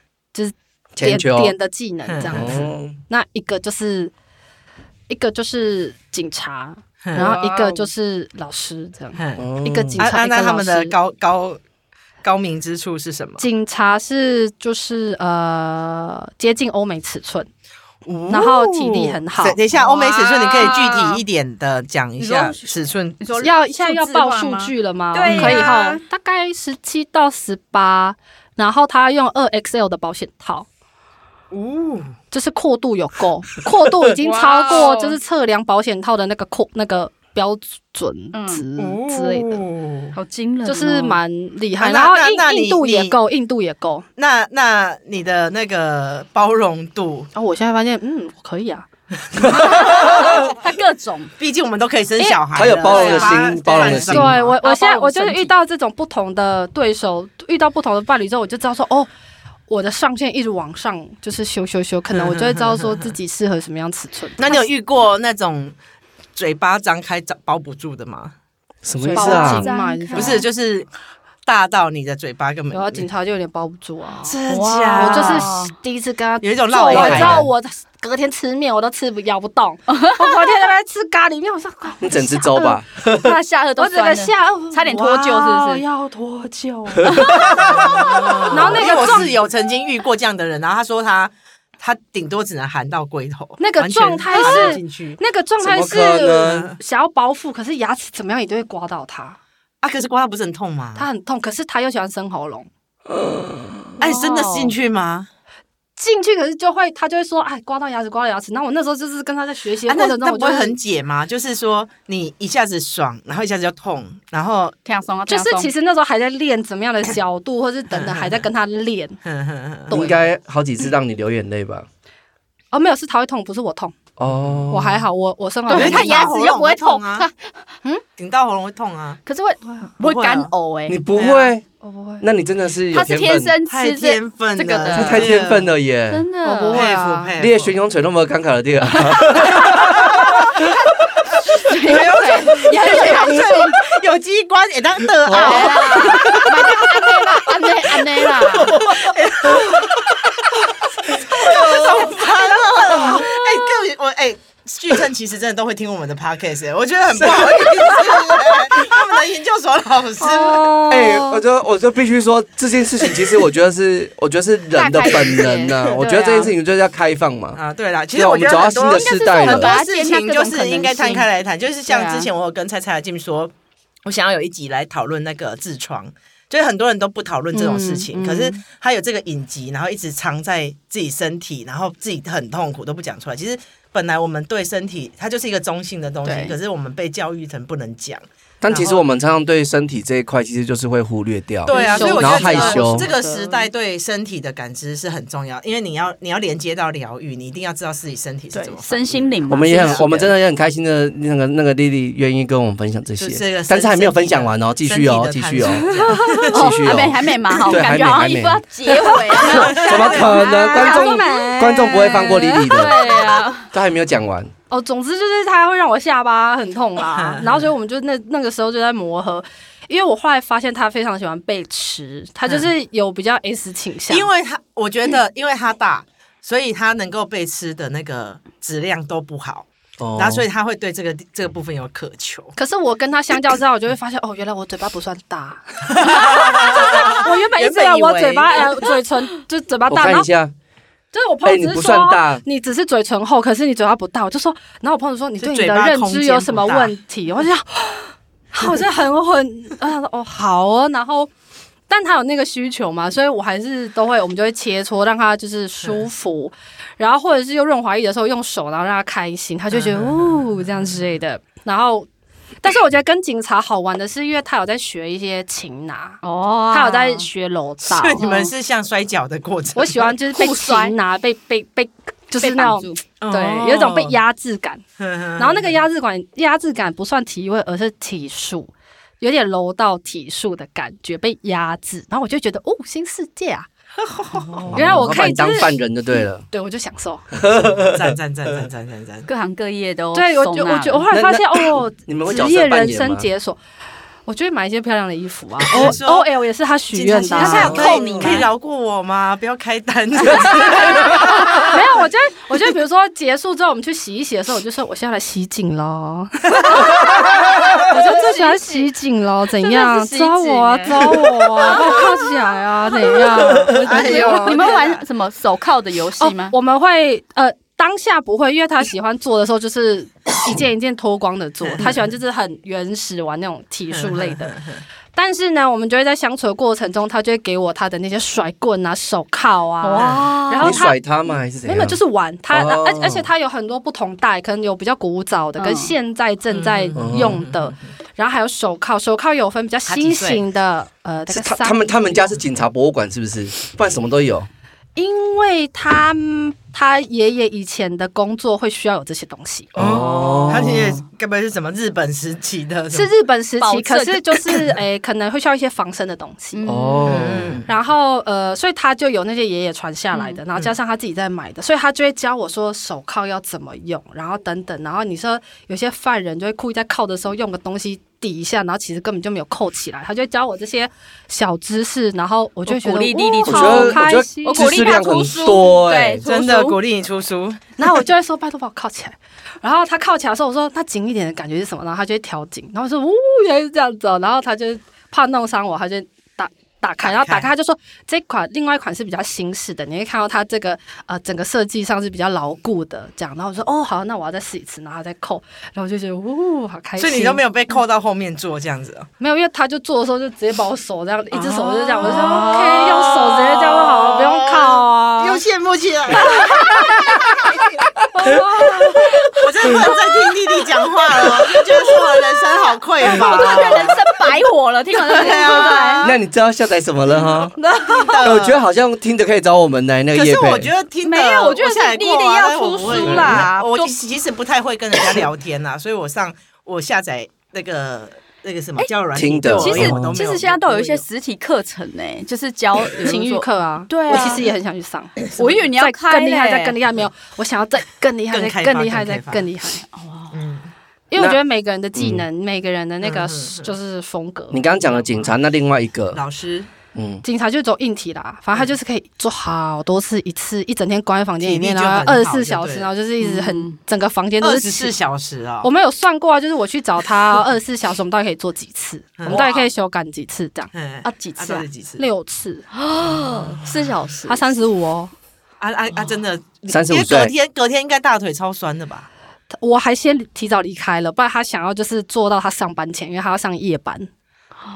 S1: 千
S4: 点
S1: 秋，
S4: 点的技能这样子。
S1: 哦，
S4: 那一个就是一个就是警察，
S2: 嗯
S4: 然后一个就是老师这样。
S2: 哼
S1: 哦
S4: 一个警
S2: 啊
S4: 察，
S2: 啊，
S4: 一个
S2: 那他们
S4: 老
S2: 的
S4: 师
S2: 高高高明之处是什么？
S4: 警察是就是呃接近欧美尺寸，
S2: 哦
S4: 然后体力很好
S2: 等等一下，欧美尺寸你可以具
S3: 哇
S2: 体一点的讲一下
S3: 你说
S2: 尺寸。
S3: 你说
S4: 要现在要报数，据了吗？
S3: 对呀
S4: 可以哈，大概十七到十八，然后他用二 XL 的保险套。
S2: 哦，
S4: 就是阔度有够，阔度已经超
S3: 哇
S4: 过
S3: 哦
S4: 就是测量保险套的那个阔那个标准值嗯之类的，
S2: 哦的。
S3: 好惊人哦，
S4: 就是 蛮厉害。
S2: 啊
S4: 然
S2: 那
S4: 后
S2: 那那
S4: 硬
S2: 你
S4: 硬度也
S2: 你
S4: 够，硬度也够。
S2: 那那你的那个包容度，
S4: 然后我现在发现，嗯，可以啊，
S3: 他各种
S2: 毕竟我们都可以生小孩了，
S1: 他有包容的
S2: 对啊吧。
S1: 心包容的心
S4: 哎对我，
S3: 包
S4: 我现在
S3: 容
S4: 我就是
S3: 身体
S4: 遇到这种不同的对手，遇到不同的伴侣之后，我就知道说，哦，我的上限一直往上，就是修修修，可能我就会知道说自己适合什么样尺寸
S2: 那你有遇过那种嘴巴张开张包不住的吗？
S1: 什么意
S4: 包
S1: 思啊
S4: 紧？嘛你知道
S2: 不是，就是大到你的嘴巴根本
S4: 然后警察就有点包不住啊。
S2: 真
S3: 哇
S2: 假？
S4: 我就是第一次跟他
S2: 有一种
S4: 做
S2: 绕
S4: 完
S2: 海
S4: 之后，
S2: 的，
S4: 我隔天吃面我都吃不咬不动，我隔天在那边吃咖喱面，我说
S1: 你整只粥吧，
S3: 他的下颚都
S4: 我整个
S3: 酸了。
S4: 下颚
S3: 差点脱臼是不是
S4: 哇要脱臼。然后那
S2: 因为
S4: 个
S2: 哦我
S4: 状
S2: 室友曾经遇过这样的人，然后他说他他顶多只能含到龟头，
S4: 那个
S2: 完全
S4: 状态
S2: 含不
S4: 是
S2: 进去
S4: 那个状态
S1: 怎么可
S4: 是
S1: 能
S4: 想要包覆，可是牙齿怎么样也都会刮到它，
S2: 啊，可是刮到不是很痛吗？
S4: 它很痛，可是它又喜欢生喉咙。
S2: 哎，真
S3: 哦
S2: 的进去吗？
S4: 进去可是就会，他就会说，哎，刮到牙齿，刮到牙齿。然后我那时候就是跟他在学习
S2: 啊
S4: 的，过
S2: 那
S4: 程中，
S2: 那
S4: 我
S2: 不
S4: 就
S2: 会
S4: 是
S2: 很，解吗？就是说你一下子爽，然后一下子就痛，然后
S3: 跳松啊，
S4: 就是
S3: 跳松
S4: 其实那时候还在练怎么样的角度，或是等等还在跟他练。
S2: 哼哼哼
S1: 应该好几次让你流眼泪吧？
S4: 哦，没有，是他会痛，不是我痛，
S1: 哦，
S4: 我还好，我我生喉
S3: 对
S4: 咙
S3: 他
S4: 痛。
S3: 牙齿又不
S2: 顶
S3: 会
S2: 到喉
S3: 痛
S2: 咙会痛
S3: 啊
S2: 啊，顶到喉咙会痛啊。
S3: 可是会
S2: 不
S3: 会
S2: 会啊
S3: 干呕哎
S1: 你，不会，
S4: 我不会，
S1: 那你真的是有
S3: 他是天
S1: 天分，
S3: 生
S2: 太
S3: 吃这
S2: 天分了，
S3: 这个的
S1: 他太天分了耶！
S3: 真
S4: 我不
S3: 的
S4: 会
S2: 佩
S4: 啊
S2: 服佩服。
S1: 你的熊熊嘴那么尴尬的地方，
S3: 对啊
S2: 有 有有机关也当得啊，
S3: 哦 安内安 内啦，
S2: 好烦啊！哎，各位我哎，据称生其实真的都会听我们的 podcast，、欸、我觉得很不好意思、欸， 他们的研究所老师。
S4: 哦
S1: 哎、我就我就必须说这件事情，其实我觉得是，我觉得是人的本能啊
S3: 大
S1: 呐、
S3: 开眼界
S1: 我觉得这件事情就是要开放嘛。
S2: 啊，对啦，其
S1: 对
S2: 实
S1: 啊
S2: 我
S1: 们
S2: 觉
S1: 走
S2: 得
S1: 到
S2: 很
S1: 新的世
S2: 多
S3: 应该是
S1: 代
S3: 说
S2: 很
S1: 了，
S2: 多
S3: 把它
S2: 事
S3: 接纳
S2: 情
S3: 各
S2: 就
S3: 种
S2: 是
S3: 可
S2: 应
S3: 能
S2: 该摊
S3: 性
S2: 开来谈，就是
S3: 对
S2: 像
S3: 啊
S2: 之前我有跟菜菜的进说，我想要有一集来讨论那个痔疮，就是很多人都不讨论这种事情，
S4: 嗯嗯
S2: 可是他有这个隐疾，然后一直藏在自己身体，然后自己很痛苦都不讲出来。其实本来我们对身体它就是一个中性的东西，
S3: 对
S2: 可是我们被教育成不能讲。
S1: 但其实我们常常对身体这一块，其实就是会忽略掉。
S2: 对啊，所以我觉得
S1: 然后害羞
S2: 这个时代对身体的感知是很重要，因为你要你要连接到疗愈，你一定要知道自己身体是
S3: 对
S2: 怎么反应
S3: 身心灵嘛，
S1: 我们也
S3: 是
S1: 很，
S3: 的
S1: 我们真的也很开心的，那个那个丽丽愿意跟我们分享这些
S2: 就，这个身
S1: 但是还没有分享完哦，继续哦，继
S2: 身体
S1: 续
S2: 的
S1: 哦
S2: 探，索。，
S1: 继续
S3: 还没
S1: 哦，
S3: 还没 嘛，好，
S1: 对
S3: 感觉好
S1: 还
S3: 像
S1: 没
S3: 一副要结尾 啊，
S1: 怎么可能？观众
S4: 众
S1: 观众不会放过莉莉的
S4: 啊对啊，
S1: 都还没有讲完，
S4: 哦，总之就是他会让我下巴很痛啦然后所以我们就那那个时候就在磨合，因为我后来发现他非常喜欢被吃，他就是有比较 S 倾向，
S2: 因为他，我觉
S4: 嗯
S2: 得，因为他大，所以他能够被吃的那个质量都不好，
S1: 哦
S2: 然后所以他会对这个这个部分有渴求。
S4: 可是我跟他相较之后，我就会发现哦，原来我嘴巴不算 大，就是我原本一直以为我嘴巴呃嘴唇就嘴巴
S1: 哦我
S4: 大，然
S1: 看
S4: 后
S1: 一下，
S4: 就是我朋
S1: 哎，
S4: 友只
S1: 你
S4: 是
S1: 不
S4: 说
S1: 算。大，
S4: 你只是嘴唇厚，可是你嘴巴不大，我就说，然后我朋友说你对你
S2: 嘴
S4: 的
S2: 巴
S4: 认
S2: 空
S4: 知
S2: 间
S4: 有
S2: 不
S4: 什么
S2: 大
S4: 问题？我就想， 好，我真的很混，啊，哦，好哦，然后，但他有那个需求嘛，所以我还是都会，我们就会切磋，让他就是舒服，然后或者是用润滑液的时候用手，然后让他开心，他就觉得哦这样之类的，然后。但是我觉得跟警察好玩的是，因为他有在学一些擒拿，
S3: 哦，
S4: 他有在学柔道
S2: 所以。你们是像摔跤的过程，
S4: 哦我喜欢就是被
S3: 互摔
S4: 擒拿，被被被，就是
S3: 被
S4: 那
S3: 绑
S4: 种
S3: 住，
S4: 对，有一种 被
S2: 哦，
S4: 压制感。
S2: 然
S3: 嗯
S4: 然后那个压制感，压制感不算体位，而是体术，有点柔道体术的感觉，被压制。然后我就觉得，哦，新世界啊！原来我
S1: 把
S4: 可以
S1: 你
S4: 就
S1: 当
S4: 是
S1: 犯人就对了。
S4: 对，我就享受。
S2: 赞赞赞赞赞赞赞，
S3: 各行各业都
S4: 对，我就
S3: 收纳
S4: 我觉得我
S3: 了
S4: 后来发现，哦，
S1: 你们会角
S4: 职
S1: 色
S4: 业
S1: 扮
S4: 人
S1: 演
S4: 生
S1: 吗？
S4: 解锁，我就会买一些漂亮的 衣服啊。
S2: 你
S4: O
S2: 说
S4: O L 也是他许愿的
S2: 警察
S4: 啊，
S2: 先生
S3: 他有扣你
S2: 可
S3: 吗
S2: 以可以饶过我吗？不要开 单，
S4: 没有，我就会我就会比如说结束之后，我们去洗一洗的时候，我就说我现在来洗 颈喽。我就最喜欢洗颈喽，怎
S3: 真
S4: 样？
S3: 的是洗颈
S4: 抓我啊，
S3: 欸
S4: 抓我啊，把我铐起来 啊，怎 样？
S2: 哎
S3: 你
S2: 呦
S3: 们你们玩什么手铐的游戏吗？
S4: 哦我们会呃。当下不会，因为他喜欢做的时候就是一件一件脱光的
S3: 嗯
S4: 做，他喜欢就是很原始玩那种体术类的。但是呢，我们就会在相处的过程中，他就会给我他的那些甩棍啊、手铐啊，
S3: 哇
S4: 然后
S1: 你
S4: 他
S1: 甩他吗？还是怎
S4: 没
S1: 样？
S4: 有就是玩他，
S1: 哦
S4: 而、而且他有很多不同代，可能有比较古早的，
S3: 嗯
S4: 跟现在正在
S1: 嗯
S4: 用的，然后还有手铐，手铐有分比较新型的，呃，大
S1: 是
S4: 概
S1: 他
S4: 三
S1: 他们他们家是警察博物馆是不是？不然什么都有。
S4: 因为他他爷爷以前的工作会需要有这些东西，
S1: 哦
S2: 他也该不会是什么日本时期的？
S4: 是日本时
S3: 保
S4: 期，
S3: 证
S4: 可是就是诶、可能会需要一些防身的东西。
S3: 嗯嗯
S1: 哦，
S2: 嗯
S4: 然后呃，所以他就有那些爷爷传下来的，然后加上他自己在买的，所以他就会教我说手铐要怎么用，然后等等，然后你说有些犯人就会故意在铐的时候用个东西抵一下，然后其实根本就没有扣起来，他就会教我这些小知识，然后我就会觉得
S3: 我鼓励莉
S4: 哇
S3: 莉
S1: 我
S3: 出
S1: 觉得我
S3: 书
S4: 好开
S1: 觉
S4: 心
S1: 得
S3: 我，
S1: 知
S3: 鼓
S1: 识
S3: 励他
S1: 量很
S3: 出书
S1: 多哎
S3: 对，
S2: 真的
S3: 出书
S2: 鼓励你出书，
S4: 然后我就会说拜托把我铐起来，然后他铐起来的时候，我说那紧一点的感觉是什么，然后他就会调紧，然后我说哦原来是这样子哦，然后他就怕弄伤我，他就打打开，然后打开他就说这款另外一款是比较新式的，你会看到它这个呃整个设计上是比较牢固的这样，然后我说哦好，那我要再试一次，然后再扣，然后我就觉得哦好开心，
S2: 所以你都没
S4: 有
S2: 有被扣到后面坐这样子哦。
S4: 没有，因为他就做的时候就直接把我手这样一只手就这样，我就说
S2: 哦
S4: OK 用手直接这样就好了，不用铐啊，
S2: 又羡慕起来。 我真的不能再听弟弟讲话了，我就觉得说我人生好匮乏啊
S3: 我觉得人生白活了，听完这 个故事
S4: 啊
S3: 对不对？
S1: 那你知道下载什么了哈？
S4: 嗯
S1: 哎
S2: 哦。
S1: 我觉得好像听着可以找我们来那个
S2: 可
S1: 叶
S2: 是我觉
S1: 配。
S2: 得听的
S3: 没有我觉得是
S2: 下载过啊
S3: 莉莉要
S2: 但我不会嗯
S3: 出
S1: 书啦
S2: 我
S3: 就
S2: 其实不太会跟人家聊天啦，所以我上我下载那个那个什么叫软体
S1: 听的
S2: 我
S3: 哎其
S2: 也
S3: 实
S2: 我没有
S3: 其实现在都有一些实体课程呢、就是教
S4: 情欲。课啊，
S3: 对啊
S4: 我其实也很想去上。
S3: 我以为你要
S4: 再
S3: 开
S4: 更厉害，
S3: 嘞哎
S4: 再更厉害，没有，我想要再更厉害，
S2: 更
S4: 再
S2: 开发
S4: 更厉害，
S2: 更
S4: 再
S2: 开发
S4: 更厉害。
S2: 嗯
S4: 因为我
S1: 那
S4: 觉得每个人的技能，每个人的那个
S2: 嗯嗯嗯
S4: 就是风格
S1: 你，刚刚讲了警察，那另外一个
S2: 老师
S1: 嗯，
S4: 警察就走硬体啦，
S2: 嗯
S4: 反正他就是可以做好多次，一次一整天关在房间里面，
S2: 体力
S4: 然
S2: 就
S4: 后
S2: 很好
S4: 二十
S2: 就
S4: 四小
S2: 对
S4: 时，
S2: 了
S4: 然后就是一直很、
S3: 嗯
S4: 整个房间都
S2: 二
S4: 是
S2: 十
S4: 起
S2: 四小时啊、
S4: 我们有算过啊，就是我去 找他二十四小时，我们到底可以做几次？我
S2: 嗯
S4: 们到底可以修改几次？这样
S2: 嗯哦
S3: 啊几
S2: 啊
S3: 次
S2: 到
S3: 啊
S2: 底？几次？
S4: 六次，
S3: 四小时
S4: 他三十五哦，
S2: 啊啊啊！真的，
S1: 35
S2: 因为隔
S1: 岁
S2: 天隔天应该大腿超酸的吧？
S4: 我还先提早离开了，不然他想要就是做到他上班前，因为他要上夜班，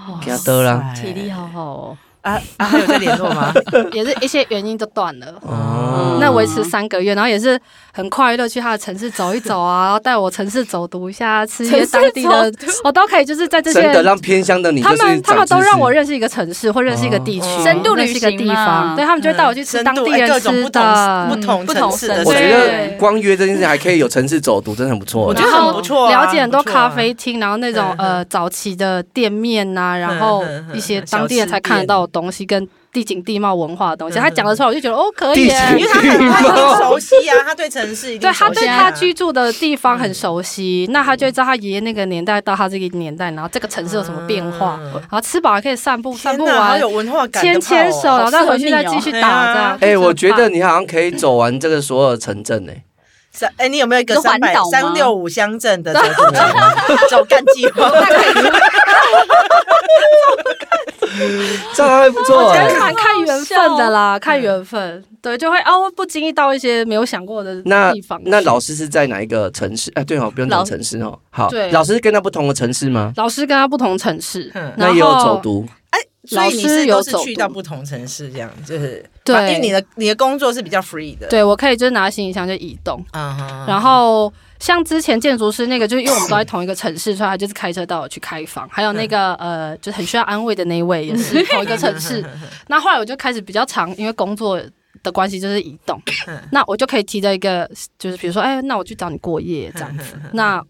S4: 嗯
S1: 给他得了。
S2: 哇塞
S3: 体力好好哦，
S2: 啊啊！还有在联络吗？
S4: 也是一些原因就断了。
S1: 哦，
S4: 那维持 三个月，然后也是很快乐去他的城市走一走啊，然后带我城市走读一下，吃一些当地的，我都可以就是在这些
S1: 真的让偏乡的你就
S4: 他
S1: 是
S4: 们他们
S1: 长
S4: 都
S1: 知识
S4: 让我认识一个城市或认识一个地区
S2: 哦，深
S3: 度旅
S4: 认识一个
S3: 行
S4: 地
S3: 嘛
S4: 方，对他们就会带我去吃
S2: 深
S4: 当
S2: 度
S4: 地
S2: 哎
S4: 人
S2: 各种
S4: 吃
S2: 不同
S4: 的。
S2: 不同
S3: 嗯不
S2: 城
S3: 同
S2: 市的
S3: 城
S1: 我觉
S4: 对
S1: 得光约这件事还可以有城市走读，真的很不错。
S2: 我觉得
S4: 然后
S2: 很不错啊
S4: 了解很多
S2: 很不错啊
S4: 咖啡厅，然后那种
S2: 嗯嗯
S4: 呃早期的店面呐，然后一些当地人才看得到的东西，跟地景地貌文化的东西，
S2: 嗯嗯
S4: 他讲得出来，我就觉得哦可
S1: 地
S4: 以
S1: 景
S4: 耶，
S2: 因为他很他很熟悉 啊，他对城市一定
S4: 对他
S2: 熟
S4: 对
S2: 悉啊
S4: 他居住的地方很熟悉，那他就会知道他爷爷那个年代到他这个年代，然后这个城市有什么变化，
S2: 嗯
S4: 然后吃饱还可以散步，散步
S2: 天哪好
S4: 完
S2: 有文化感的
S4: 牵
S2: 泡
S4: 牵手，
S2: 哦
S4: 然后再回去再继续
S2: 好适合你
S4: 打
S2: 哦
S4: 这样。
S1: 哎、
S4: 就是很
S1: 我觉得
S4: 棒
S1: 你好像可以走完这个所有的城镇呢、
S2: 三哎，你有没有一个
S3: 有
S2: 三
S3: 环
S2: 百
S3: 岛吗
S2: 三六五乡镇的走 读计划走干计划？
S1: 这样还不错、
S4: 我觉
S2: 哦
S4: 得
S1: 欸。
S4: 蛮看缘分的
S2: 嗯
S4: 啦，看缘分，对，就会哦不经意到一些没有想过的
S1: 那
S4: 地方去。
S1: 那老师是在哪一个城市？哎、对哦，不用讲
S3: 老
S1: 城市哦。好，
S4: 对
S1: 老师是跟他不同的城市吗？
S4: 老师跟他不同城市
S2: 嗯，
S1: 那
S4: 然
S1: 也有
S4: 后
S1: 走读，
S2: 所以你
S4: 老师
S2: 是
S4: 有
S2: 都是
S4: 走
S2: 去
S4: 读
S2: 到不同城市这样，就是
S4: 对
S2: 因为你的你的工作是比较 free 的，，
S4: 对我可以就是拿行李箱就移动。
S2: 嗯哼，
S4: 然后像之前建筑师那个，就是因为我们都在同一个城市，所以他就是开车带我去开房。还有那个
S2: 嗯
S4: 呃，就是很需要安慰的那一位 也是同一个城市。那后来我就开始比较长，因为工作的关系就是移动
S2: 嗯，
S4: 那我就可以提着一个，就是比如说，哎，那我去找你过夜这
S2: 嗯
S4: 样子，那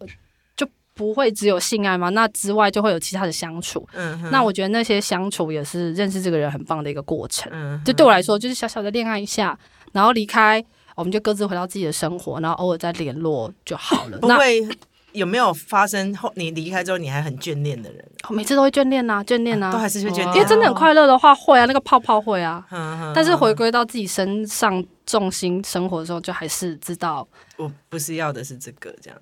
S4: 就不会只有性爱嘛，那之外就会有其他的相处。
S2: 嗯哼，
S4: 那我觉得那些相处也是认识这个人很棒的一个过程。
S2: 嗯哼
S4: 就对我来说，就是小小的恋爱一下，然后离开，我们就各自回到自己的生活，然后偶尔再联络就好了。
S2: 不
S4: 那
S2: 会有没有发生后你离开之后你还很眷恋的人？
S4: 我每次都会眷恋呐、啊眷恋呐、
S2: 都还是会眷恋啊，
S4: 因为真的很快乐的话，会啊，那个泡泡会啊。
S2: 嗯哼，
S4: 但是回归到自己身上重心生活的时候，就还是知道
S2: 我不是要的是这个这样，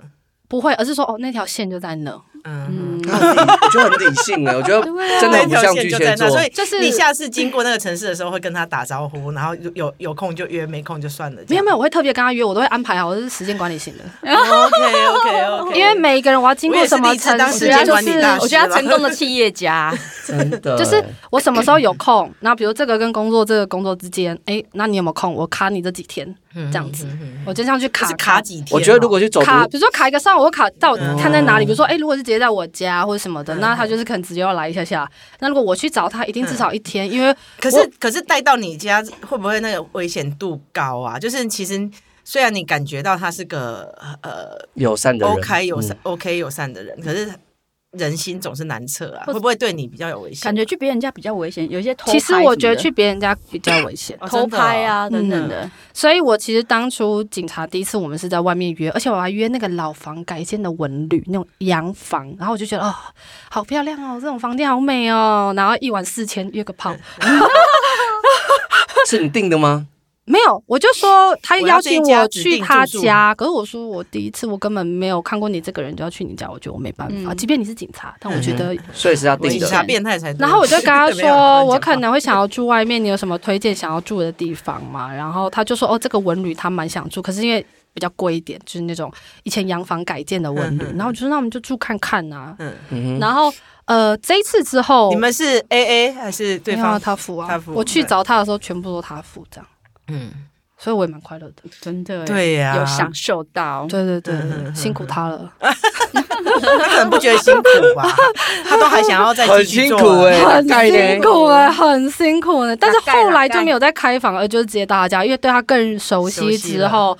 S4: 不会，而是说哦，那条线就在那，
S2: 嗯
S1: 那很理我觉得很理性哎、我觉得
S4: 对啊
S1: 真的
S2: 哼，那
S1: 很不
S2: 条
S1: 像
S2: 线
S1: 巨
S2: 就
S1: 蟹
S2: 在那，
S1: 座
S2: 所。以
S4: 就是
S2: 你下次经过那个城市的时候会跟他打招呼，然后有有有空就约，没空就算了。
S4: 没有没
S2: 有
S4: 有，我会特别跟他约，我都会安排好，我是时间管理型 的，
S2: ，OK OK OK，
S4: 因为每一个人我要经
S2: 我也
S4: 过
S2: 是
S4: 什么
S2: 立志
S4: 程
S2: 当
S4: 序
S2: 时
S4: 啊，
S2: 间
S4: 就
S2: 管理
S4: 是
S2: 大欸师
S3: 我觉得他成功的企业家，
S1: 真的
S4: 就是我什么时候有空，那比如这个跟工作这个工作之间，哎、那你有没有空？我卡你这几天，
S2: 嗯
S4: 这样子，我就像去
S2: 就
S4: 卡
S2: 是卡几天哦，
S1: 我觉得如果去走
S4: 卡，
S1: 读，
S4: 比如说卡一个上午，我卡到看在哪里，比如说哎、诶如果是直接在我家或者什么的，那他就是可能直接要来一下下。那如果我去找他，一定至少一天，因为
S2: 可
S4: 我
S2: 是可是带到你家会不会那个危险度高啊？就是其实虽然你感觉到他是个呃
S1: 友善的人
S2: OK 友善、
S1: 嗯
S2: OK 友善的人，可是人心总是难测啊，
S3: 或
S2: 会不会对你比较有危险？
S3: 感觉去别人家比较危险，有一些偷拍
S4: 其实我觉得
S3: 什么
S4: 去别人家比较危险。
S2: 哦
S3: 的偷拍，啊
S4: 真
S3: 等
S4: 的
S3: 等
S4: 哦
S3: 的，
S4: 所以我其实当初警察第一次我们是在外面约，而且我还约那个老房改建的文旅那种洋房，然后我就觉得哦，好漂亮哦，这种房间好美哦，然后一晚四千约个炮，
S1: 嗯是你定的吗？
S4: 没有，我就说他
S2: 我要
S4: 邀请
S2: 这一家
S4: 我
S2: 指
S4: 去
S2: 定
S4: 他
S2: 住宿
S4: 家，可是我说我第一次我根本没有看过你这个人就要去你家，我觉得我没办法，
S3: 嗯
S4: 即便你是警察，但我觉得。
S1: 所以是他
S2: 真的
S1: 定
S2: 哦警
S1: 的。
S2: 察变态才多。
S4: 然后我就跟他
S2: 没有乱
S4: 说，
S2: 讲话
S4: 我可能会想要住外面，你有什么推荐想要住的地方吗？然后他就说，哦，这个文旅他蛮想住，可是因为比较贵一点，就是那种以前洋房改建的文旅
S2: 嗯嗯。嗯
S4: 然后我就说，那我们就住看看啊。
S2: 嗯，
S1: 嗯哼，
S4: 然后呃，这一次之后，
S2: 你们是 A A 还是对
S4: 没有啊
S2: 方？
S4: 他付啊，
S2: 他付
S4: 我去找他的时候，全部都他付这样，
S2: 嗯，
S4: 所以我也蛮快乐的。
S3: 真的耶
S2: 对啊呀，
S3: 有享受到，
S4: 对对
S2: 嗯嗯嗯
S4: 对，辛苦他了。
S2: 他可能不觉得辛苦吧？他都还想要再
S1: 很
S2: 继续
S1: 辛
S2: 做啊
S1: 苦哎、
S4: 很
S1: 大概
S4: 辛
S1: 呢
S4: 苦哎、很辛苦呢、但是
S3: 大概啦
S4: 后来就没有再开房，而就是直接到他家，因为对他更
S2: 熟
S4: 熟悉
S2: 悉
S4: 之后，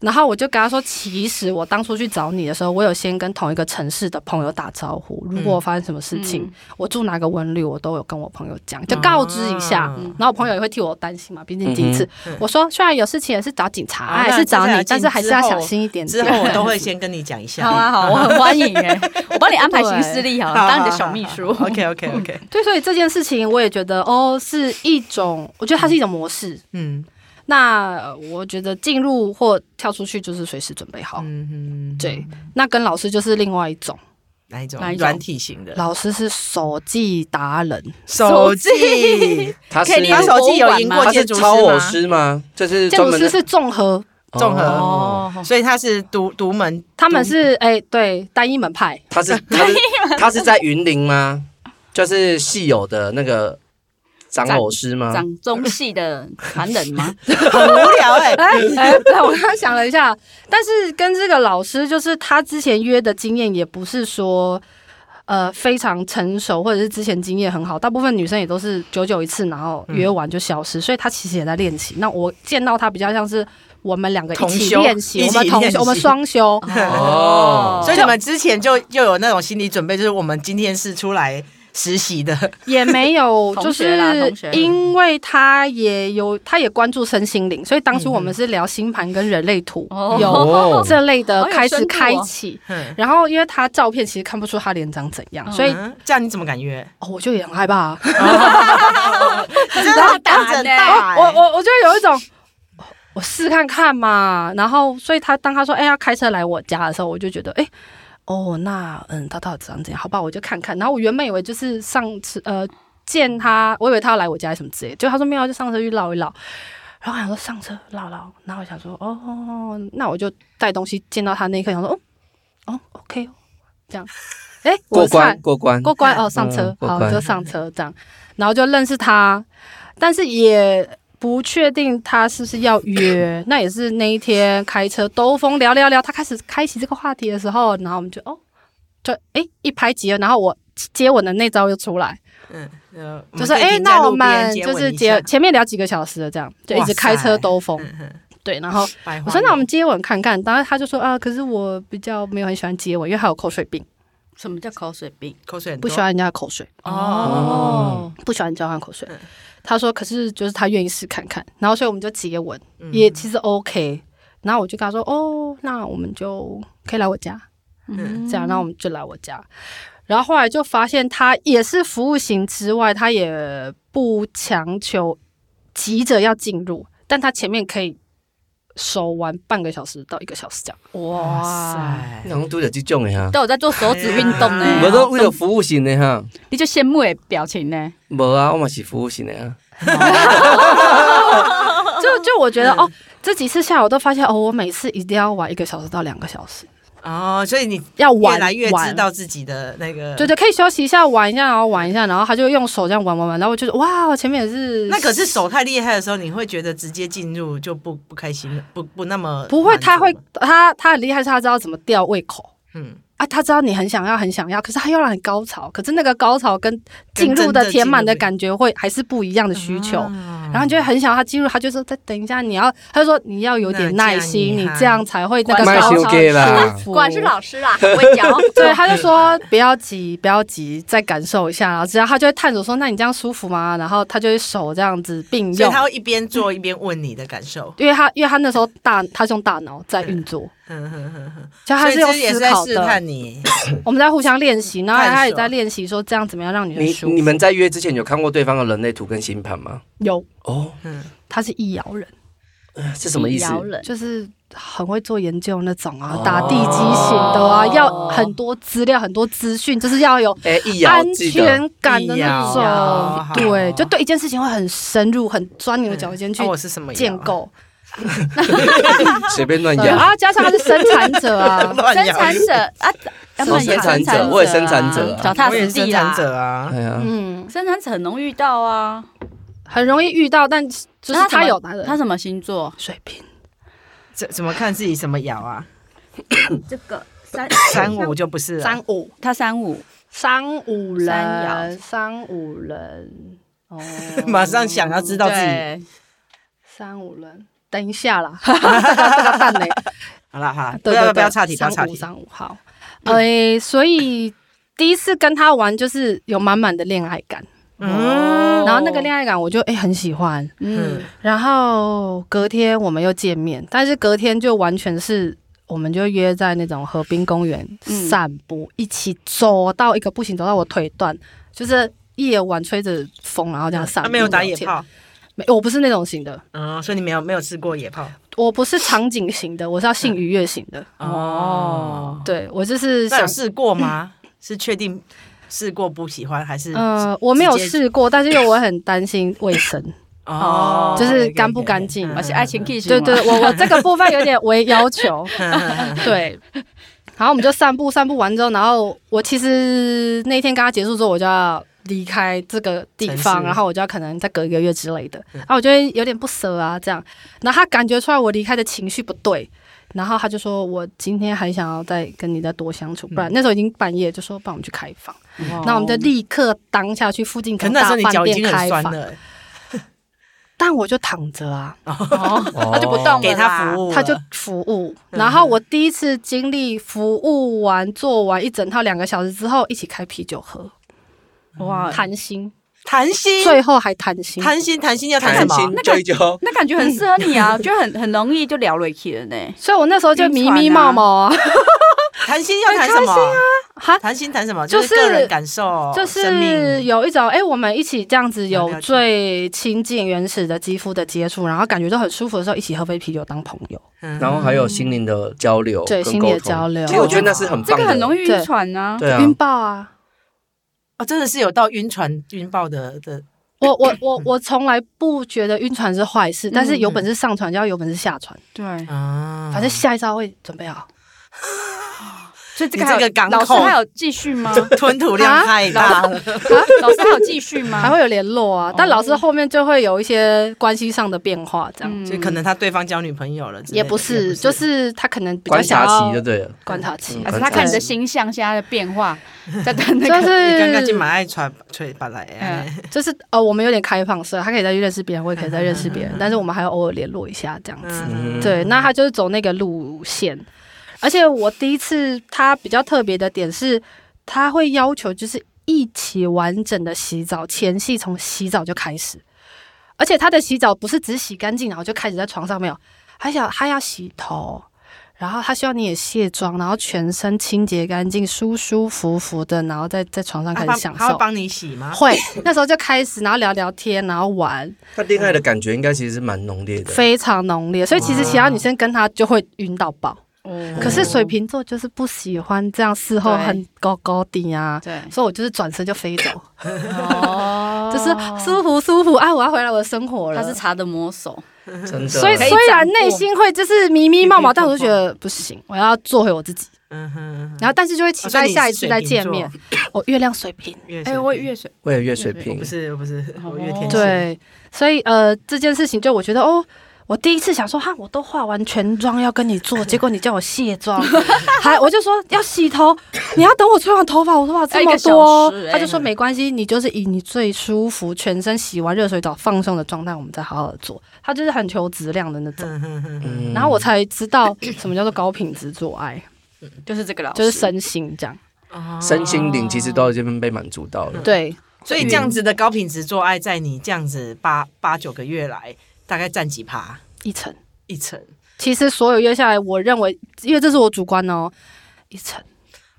S4: 然后我就跟他说，其实我当初去找你的时候，我有先跟同一个城市的朋友打招呼，如果发生什么事情，
S3: 嗯
S4: 我住哪个文旅，我都有跟我朋友讲，就告知一下。
S2: 嗯
S4: 然后我朋友也会替我担心嘛，毕竟第一次。
S2: 嗯嗯
S4: 我说虽然有事情也是找警察，
S2: 啊
S4: 哎
S2: 那
S4: 是找
S2: 至少
S4: 你
S2: 要，
S4: 但是还是要小心一点
S2: 之
S4: 点。
S2: 后我都会先跟你讲一
S3: 好
S2: 下。啊
S3: 啊， 好，我很欢迎哎，我帮你安排行 事历好了，啊当你的小秘书。
S2: OK OK OK，
S4: 对，所以这件事情我也觉得哦，是一种，我觉得它是一种模式。
S2: 嗯
S4: 那呃我觉得进入或跳出去就是随时准备好。
S2: 嗯嗯，
S4: 对，那跟老师就是另外一种，
S2: 哪一种
S3: 哪一种
S2: 软体型的
S4: 老师是手技达人，
S2: 手机？
S1: 他是
S3: 可以列
S2: 他
S3: 入
S2: 手机有赢过
S1: 他
S2: 建
S1: 是
S2: 筑师
S1: 超偶
S2: 吗？
S1: 师吗？就是
S4: 建
S1: 专
S4: 筑
S1: 门
S4: 师
S1: 的
S4: 是综合，
S2: 综合
S1: 哦，
S3: 哦，
S2: 所以他是独独门，
S4: 他们是哎、对单一门派，
S1: 他是他是他是在云林吗？就是系友的那个长偶师吗？
S3: 长中系的传人 吗？
S2: 很无聊 哎。
S4: 哎哎，对，我刚刚想了一下，但是跟这个老师，就是他之前约的经验，也不是说呃非常成熟，或者是之前经验很好。大部分女生也都是久久一次，然后约
S3: 嗯
S4: 完就消失，所以他其实也在练习。那我见到他比较像是我们两个一
S2: 同
S4: 起
S2: 修
S4: 练习，
S2: 一
S4: 我们
S2: 起
S4: 同
S2: 练
S4: 修，我们
S2: 习
S4: 双修。
S3: 哦
S1: 哦
S2: 所以你们之前就又有那种心理准备，就是我们今天是出来实习的，
S4: 也没 有，就
S3: 同学啦
S4: 是
S3: 同学
S4: 因为他也有，他也关注身心灵，所以当初我们
S2: 嗯
S4: 是聊星盘跟人类图，
S3: 哦
S4: 有
S1: 哦
S4: 这类的
S3: 好有
S4: 开
S3: 深
S4: 始
S3: 度
S4: 开
S3: 哦
S4: 启。
S2: 嗯
S4: 然后因为他照片其实看不出他脸长怎样，所以、
S2: 嗯这样你怎么敢约？
S4: 哦、我就也很害怕、
S2: 真的胆大欸
S4: 我我我就有一种。哦我试看看嘛，然后所以他当他说哎、要开车来我家的时候，我就觉得哎、哦那嗯他到底长怎样？好吧，我就看看。然后我原本以为就是上次呃见他，我以为他要来我家什么之类的，就他说没有，就上车去唠一唠。然后我想说上车唠唠，然后我想说哦，那我就带东西见到他那一刻，想说哦哦 OK 哦这样，哎、我
S1: 过
S4: 的菜
S1: 关过关
S4: 过关哦，上车
S1: 嗯，过
S4: 好
S1: 关
S4: 就上车这样，然后就认识他，但是也不确定他是不是要约。那也是那一天开车兜风聊聊聊，他开始开启这个话题的时候，然后我们就哦，就诶一拍即合，然后我接吻的那招又出来，
S2: 嗯，呃我们
S4: 就是
S2: 可以
S4: 诶，
S2: 停在
S4: 那我
S2: 路边
S4: 们
S2: 接
S4: 就
S2: 吻
S4: 是
S2: 一
S4: 接
S2: 下
S4: 前面聊几个小时的这样，就一直开
S2: 哇
S4: 车
S2: 塞
S4: 兜风，
S2: 嗯嗯
S4: 对，然后
S2: 百花
S4: 我说那我们
S2: 园
S4: 接吻看看，当然他就说啊，可是我比较没有很喜欢接吻，因为还有口水病，
S3: 什么叫口水病？
S2: 口水很
S4: 不
S2: 多
S4: 喜欢人家的口水。
S1: 哦
S3: 哦，
S4: 不喜欢交换口水
S2: 嗯。
S4: 他说，可是就是他愿意试看看，然后所以我们就接吻，
S2: 嗯
S4: 也其实 OK。然后我就跟他说，哦，那我们就可以来我家，
S2: 嗯
S4: 这样，然后我们就来我家。然后后来就发现他也是服务型之外，他也不强求急着要进入，但他前面可以手玩半个小时到一个小时 这样。
S2: 哇
S3: 哇，
S2: 塞
S1: 你好像都有这种的哈，
S3: 都有在做手指运动呢
S2: 哎呀，
S1: 我都为了服务型的哈，
S3: 你就羡慕的表情呢？
S1: 无啊，我嘛是服务型的啊，
S4: 就就我
S2: 嗯
S4: 觉得哦，这几次下来我都发现哦，我每次一定要玩一个小时到两个小时，
S2: 哦，所以你
S4: 要玩
S2: 越来越
S4: 玩
S2: 知道自己的那个
S4: 对对，可以休息一下，玩一下，然后玩一下，然后他就用手这样玩玩玩，然后我就觉得哇，前面也是
S2: 那可是手太厉害的时候，你会觉得直接进入就不不开心了，不不那么
S4: 不会，
S2: 满足
S4: 他会
S2: 了
S4: 他他很厉害，是他知道怎么吊胃口
S2: 嗯，
S4: 啊，他知道你很想要很想要，可是他又让你高潮，可是那个高潮跟进
S2: 真
S4: 入
S2: 的
S4: 的
S2: 进
S4: 填满
S2: 入
S4: 的
S2: 不一
S4: 感觉会还是不一样的需求。
S2: 啊
S4: 然后你就会很想要他进入，他就说再等一下，你要，他就说你要有点
S2: 那这样
S4: 耐心，
S2: 你
S4: 你
S2: 还
S4: 这样才会那个
S3: 乖
S1: 卖
S4: 高
S1: 修
S4: 潮
S1: 给 啦，
S4: 服
S3: 果然是老师 啦，很会教。
S4: 对，他就说不要急，不要急，再感受一下。然后只要他就会探索说，那你这样舒服吗？然后他就会手这样子并
S2: 所以
S4: 用
S2: 他，会一边做一边问你的感受，
S4: 因为他因为他那时候大，他是用大脑在运作，
S2: 嗯哼哼哼，
S4: 所以他是用
S2: 所以这也是
S4: 思
S2: 在
S4: 考
S2: 试
S4: 的。
S2: 探你，
S4: 我们在互相练习，然后
S2: 探索
S4: 他也在练习说这样怎么样让女生
S1: 你
S4: 舒服。
S1: 你们在约之前有看过对方的人类图跟星盘吗？
S4: 有
S1: 哦，
S2: 嗯，
S4: 他是易遥人，
S1: 是什么意思？
S3: 摇人
S4: 就是很会做研究那种啊
S1: 哦，
S4: 打地基型的啊，
S3: 哦
S4: 要很多资料、很多资讯，就是要有
S1: 哎，一摇
S4: 安
S1: 记得
S4: 全感的那
S2: 易遥
S4: 种，对，
S2: 好
S4: 就对一件事情会很深入、很钻牛角尖去
S2: 啊我是什么
S4: 建
S2: 摇
S4: 构。
S1: 随便
S2: 哎
S1: 乱
S4: 对
S1: 摇。
S4: 啊，加上他是生产 者啊，
S2: 乱
S3: 生
S2: 摇
S3: 产者啊，要不然也
S1: 生产者
S3: 者啊，
S1: 我也生产者啊
S3: 脚踏
S2: 我也
S3: 实
S2: 是生
S3: 地
S2: 产
S3: 啦。
S2: 者啊，
S1: 哎呀，
S4: 嗯，
S3: 生产者很容易遇到啊，
S4: 很容易遇到，但就是
S3: 那
S4: 他
S3: 什么
S4: 有男人，
S3: 他什么星座？
S4: 水瓶，
S2: 怎怎么看自己什么摇 啊？
S3: 这个 三
S2: 三五就不是啊了
S4: 三五
S3: 他三五，
S4: 三五
S3: 三爻
S4: 人，三五人，哦
S2: ，
S4: 嗯
S2: 马上想要知道自己
S3: 对，
S4: 三五人，等一下啦， 这个这个蛋呢、
S2: 好啦好啦，不
S4: 对
S2: 要
S4: 对对，
S2: 不要岔题，不要
S4: 三
S2: 岔
S4: 五
S2: 题。
S4: 三五好，哎，所以第一次跟他玩就是有满满的恋爱感，
S2: 嗯
S3: 哦
S4: 然后那个恋爱感我就哎、很喜欢，
S2: 嗯
S3: 嗯，
S4: 然后隔天我们又见面，但是隔天就完全是。我们就约在那种河滨公园
S3: 嗯
S4: 散步，一起走到一个不行，走到我腿断，就是夜晚吹着风，然后这样
S2: 他
S4: 散步。
S2: 啊没有打野，炮，
S4: 没，我不是那种型的，
S2: 嗯，所以你没有没有吃过野炮
S4: 我不是场景型的，我是要性愉悦型的。
S2: 哦。
S4: 对我就是
S2: 那有
S4: 想
S2: 试过吗？是确定试过不喜欢还是？
S4: 呃，我没有
S2: 直接
S4: 试过，但是因为我很担心卫生，
S2: 哦，嗯
S4: 就是干不干净
S3: 而且爱情 kiss
S4: 嗯对对，我我这个部分有点为要求，
S2: 对，
S4: 对。然后我们就散步，散步完之后，然后我其实那天跟他结束之后，我就要离开这个地
S2: 城
S4: 方，
S2: 市嗯
S4: 然后我就要可能再隔一个月之类的，啊然后我就会有点不舍啊，这样。然后他感觉出来我离开的情绪不对，然后他就说我今天还想要再跟你再多相
S2: 嗯
S4: 处，不然那时候已经半夜，就说不然我们去开房。
S2: 哦
S4: 那我们就立刻当下去附近
S2: 可
S4: 找
S2: 能那时
S4: 大
S2: 候你
S4: 饭
S2: 脚已
S4: 店
S2: 经很
S4: 开
S2: 酸
S4: 房，
S2: 了，
S4: 但我就躺着啊，
S3: 哦，
S1: 哦
S3: 他就不动了啦，
S2: 给他服务了，
S4: 他就服务。
S2: 嗯
S4: 然后我第一次经历服务完做完一整套两个小时之后，一起开啤酒喝，
S3: 哇，
S4: 谈心，
S2: 谈心，
S4: 最后还谈心。
S2: 谈心谈心要谈什
S1: 谈
S2: 么？
S1: 心揪一揪，
S3: 那感觉很适合你啊，就很很容易就聊了起了呢。
S4: 所以我那时候就迷迷冒冒啊，
S2: 哦谈心要谈什么？
S4: 哈，
S2: 谈心谈什么？
S4: 就
S2: 就是个
S4: 是
S2: 人感受，
S4: 就
S2: 生
S4: 是
S2: 命
S4: 有一种哎、我们一起这样子
S2: 了
S4: 有
S2: 解
S4: 最亲近原始的肌肤的接触，然后感觉都很舒服的时候，一起喝杯啤酒当朋友，
S2: 嗯
S1: 然后还有心灵的交流，
S4: 对心理的交。流
S1: 其，实我觉得那是很
S3: 这
S1: 棒的，
S3: 个很容易
S4: 对
S3: 晕船啊，
S1: 对啊，
S4: 晕爆啊！
S2: 哦，真的是有到晕船晕爆的的，
S4: 我我我我从来不觉得晕船是坏
S2: 嗯
S4: 事，但是有本事上船就要有本事下船，
S3: 对，
S2: 啊，
S4: 反正下一招会准备好。
S3: 所以这
S2: 你
S3: 个还有
S2: 这个港
S3: 老师
S2: 口
S3: 还有继续吗？
S2: 吞吐
S4: 啊
S2: 量太大了，
S3: 老师还有继续吗？
S4: 还会有联络啊，但老师后面就会有一些关系上的变化，这样、
S3: 嗯，
S2: 就可能他对方交女朋友了之类的，
S4: 嗯也不是，就是他可能比较
S1: 观
S4: 想
S1: 察
S4: 要
S1: 期就对了。
S4: 观察期
S1: 嗯，
S3: 还是他看你的星象现在的变化，在等那
S4: 就
S3: 个
S2: 你刚刚
S4: 是
S2: 去买爱船吹把来，哎
S4: 就是呃，我们有点开放式，他可以再去认识别人，我也可以再认识别人，但是我们还要偶尔联络一下这样子。
S2: 嗯
S4: 对，那他就是走那个路线，而且我第一次他比较特别的点是，他会要求就是一起完整的洗澡，前戏从洗澡就开始，而且他的洗澡不是只洗干净然后就开始在床上没有，还想他要洗头。然后他希望你也卸妆，然后全身清洁干净，舒舒服服的，然后在在床上
S2: 他
S4: 开
S2: 啊帮
S4: 始享
S2: 他会
S4: 受。
S2: 帮你洗吗？
S4: 会，那时候就开始，然后聊聊天，然后玩，
S1: 他恋爱的感觉应该其实是蛮浓烈的，
S4: 非常浓烈。所以其实其他女生跟他就会晕到爆。
S3: 哦
S4: 可是水瓶座就是不喜欢这样事后很高高低啊，
S3: 对
S4: 所以我就是转身就飞走，
S3: 哦
S4: 就是舒服舒服啊，我要回来我的生活了。
S3: 他是茶的魔手，
S1: 真的。
S4: 所以
S3: 可以
S4: 虽
S3: 掌
S4: 然
S3: 握
S4: 内心会就是迷迷冒冒，
S2: 可以掌
S4: 但我
S2: 握
S4: 就觉得
S3: 嗯
S4: 不行，我要做回我自己。
S2: 嗯哼，
S4: 然后但是就会期
S2: 哦所以
S4: 待
S2: 你是
S4: 下一次再见
S2: 水
S4: 面
S2: 瓶。
S4: 我月亮水瓶，
S2: 月
S3: 哎，
S2: 水
S3: 我
S2: 瓶
S3: 月水
S1: 为了月水
S2: 我
S1: 瓶
S2: 不，是我不是我月
S3: 哦
S2: 天蝎，
S4: 对，所以呃这件事情就我觉得哦。我第一次想说哈，我都化完全妆要跟 你做，结果你叫我卸妆， 还我就说要洗头，你要等我吹完头发，我头发这么
S3: 要一个小
S4: 多
S3: 时，欸
S4: 他就说没关系，你就是以你最舒服、全身洗完热水澡放松的状态，我们再好好的做。他就是很求质量的那种，
S2: 嗯哼哼哼，
S1: 嗯
S4: 然后我才知道什么叫做高品质做爱，
S3: 嗯就是这个老师，
S4: 就是身心这样。
S2: 哦
S1: 身心灵其实都已经被满足到了。
S4: 对，
S2: 所以这样子的高品质做爱，在你这样子八八九个月来，大概占几趴？
S4: 一层。
S2: 一成。
S4: 其实所有约下来，我认为，因为这是我主观哦，一层，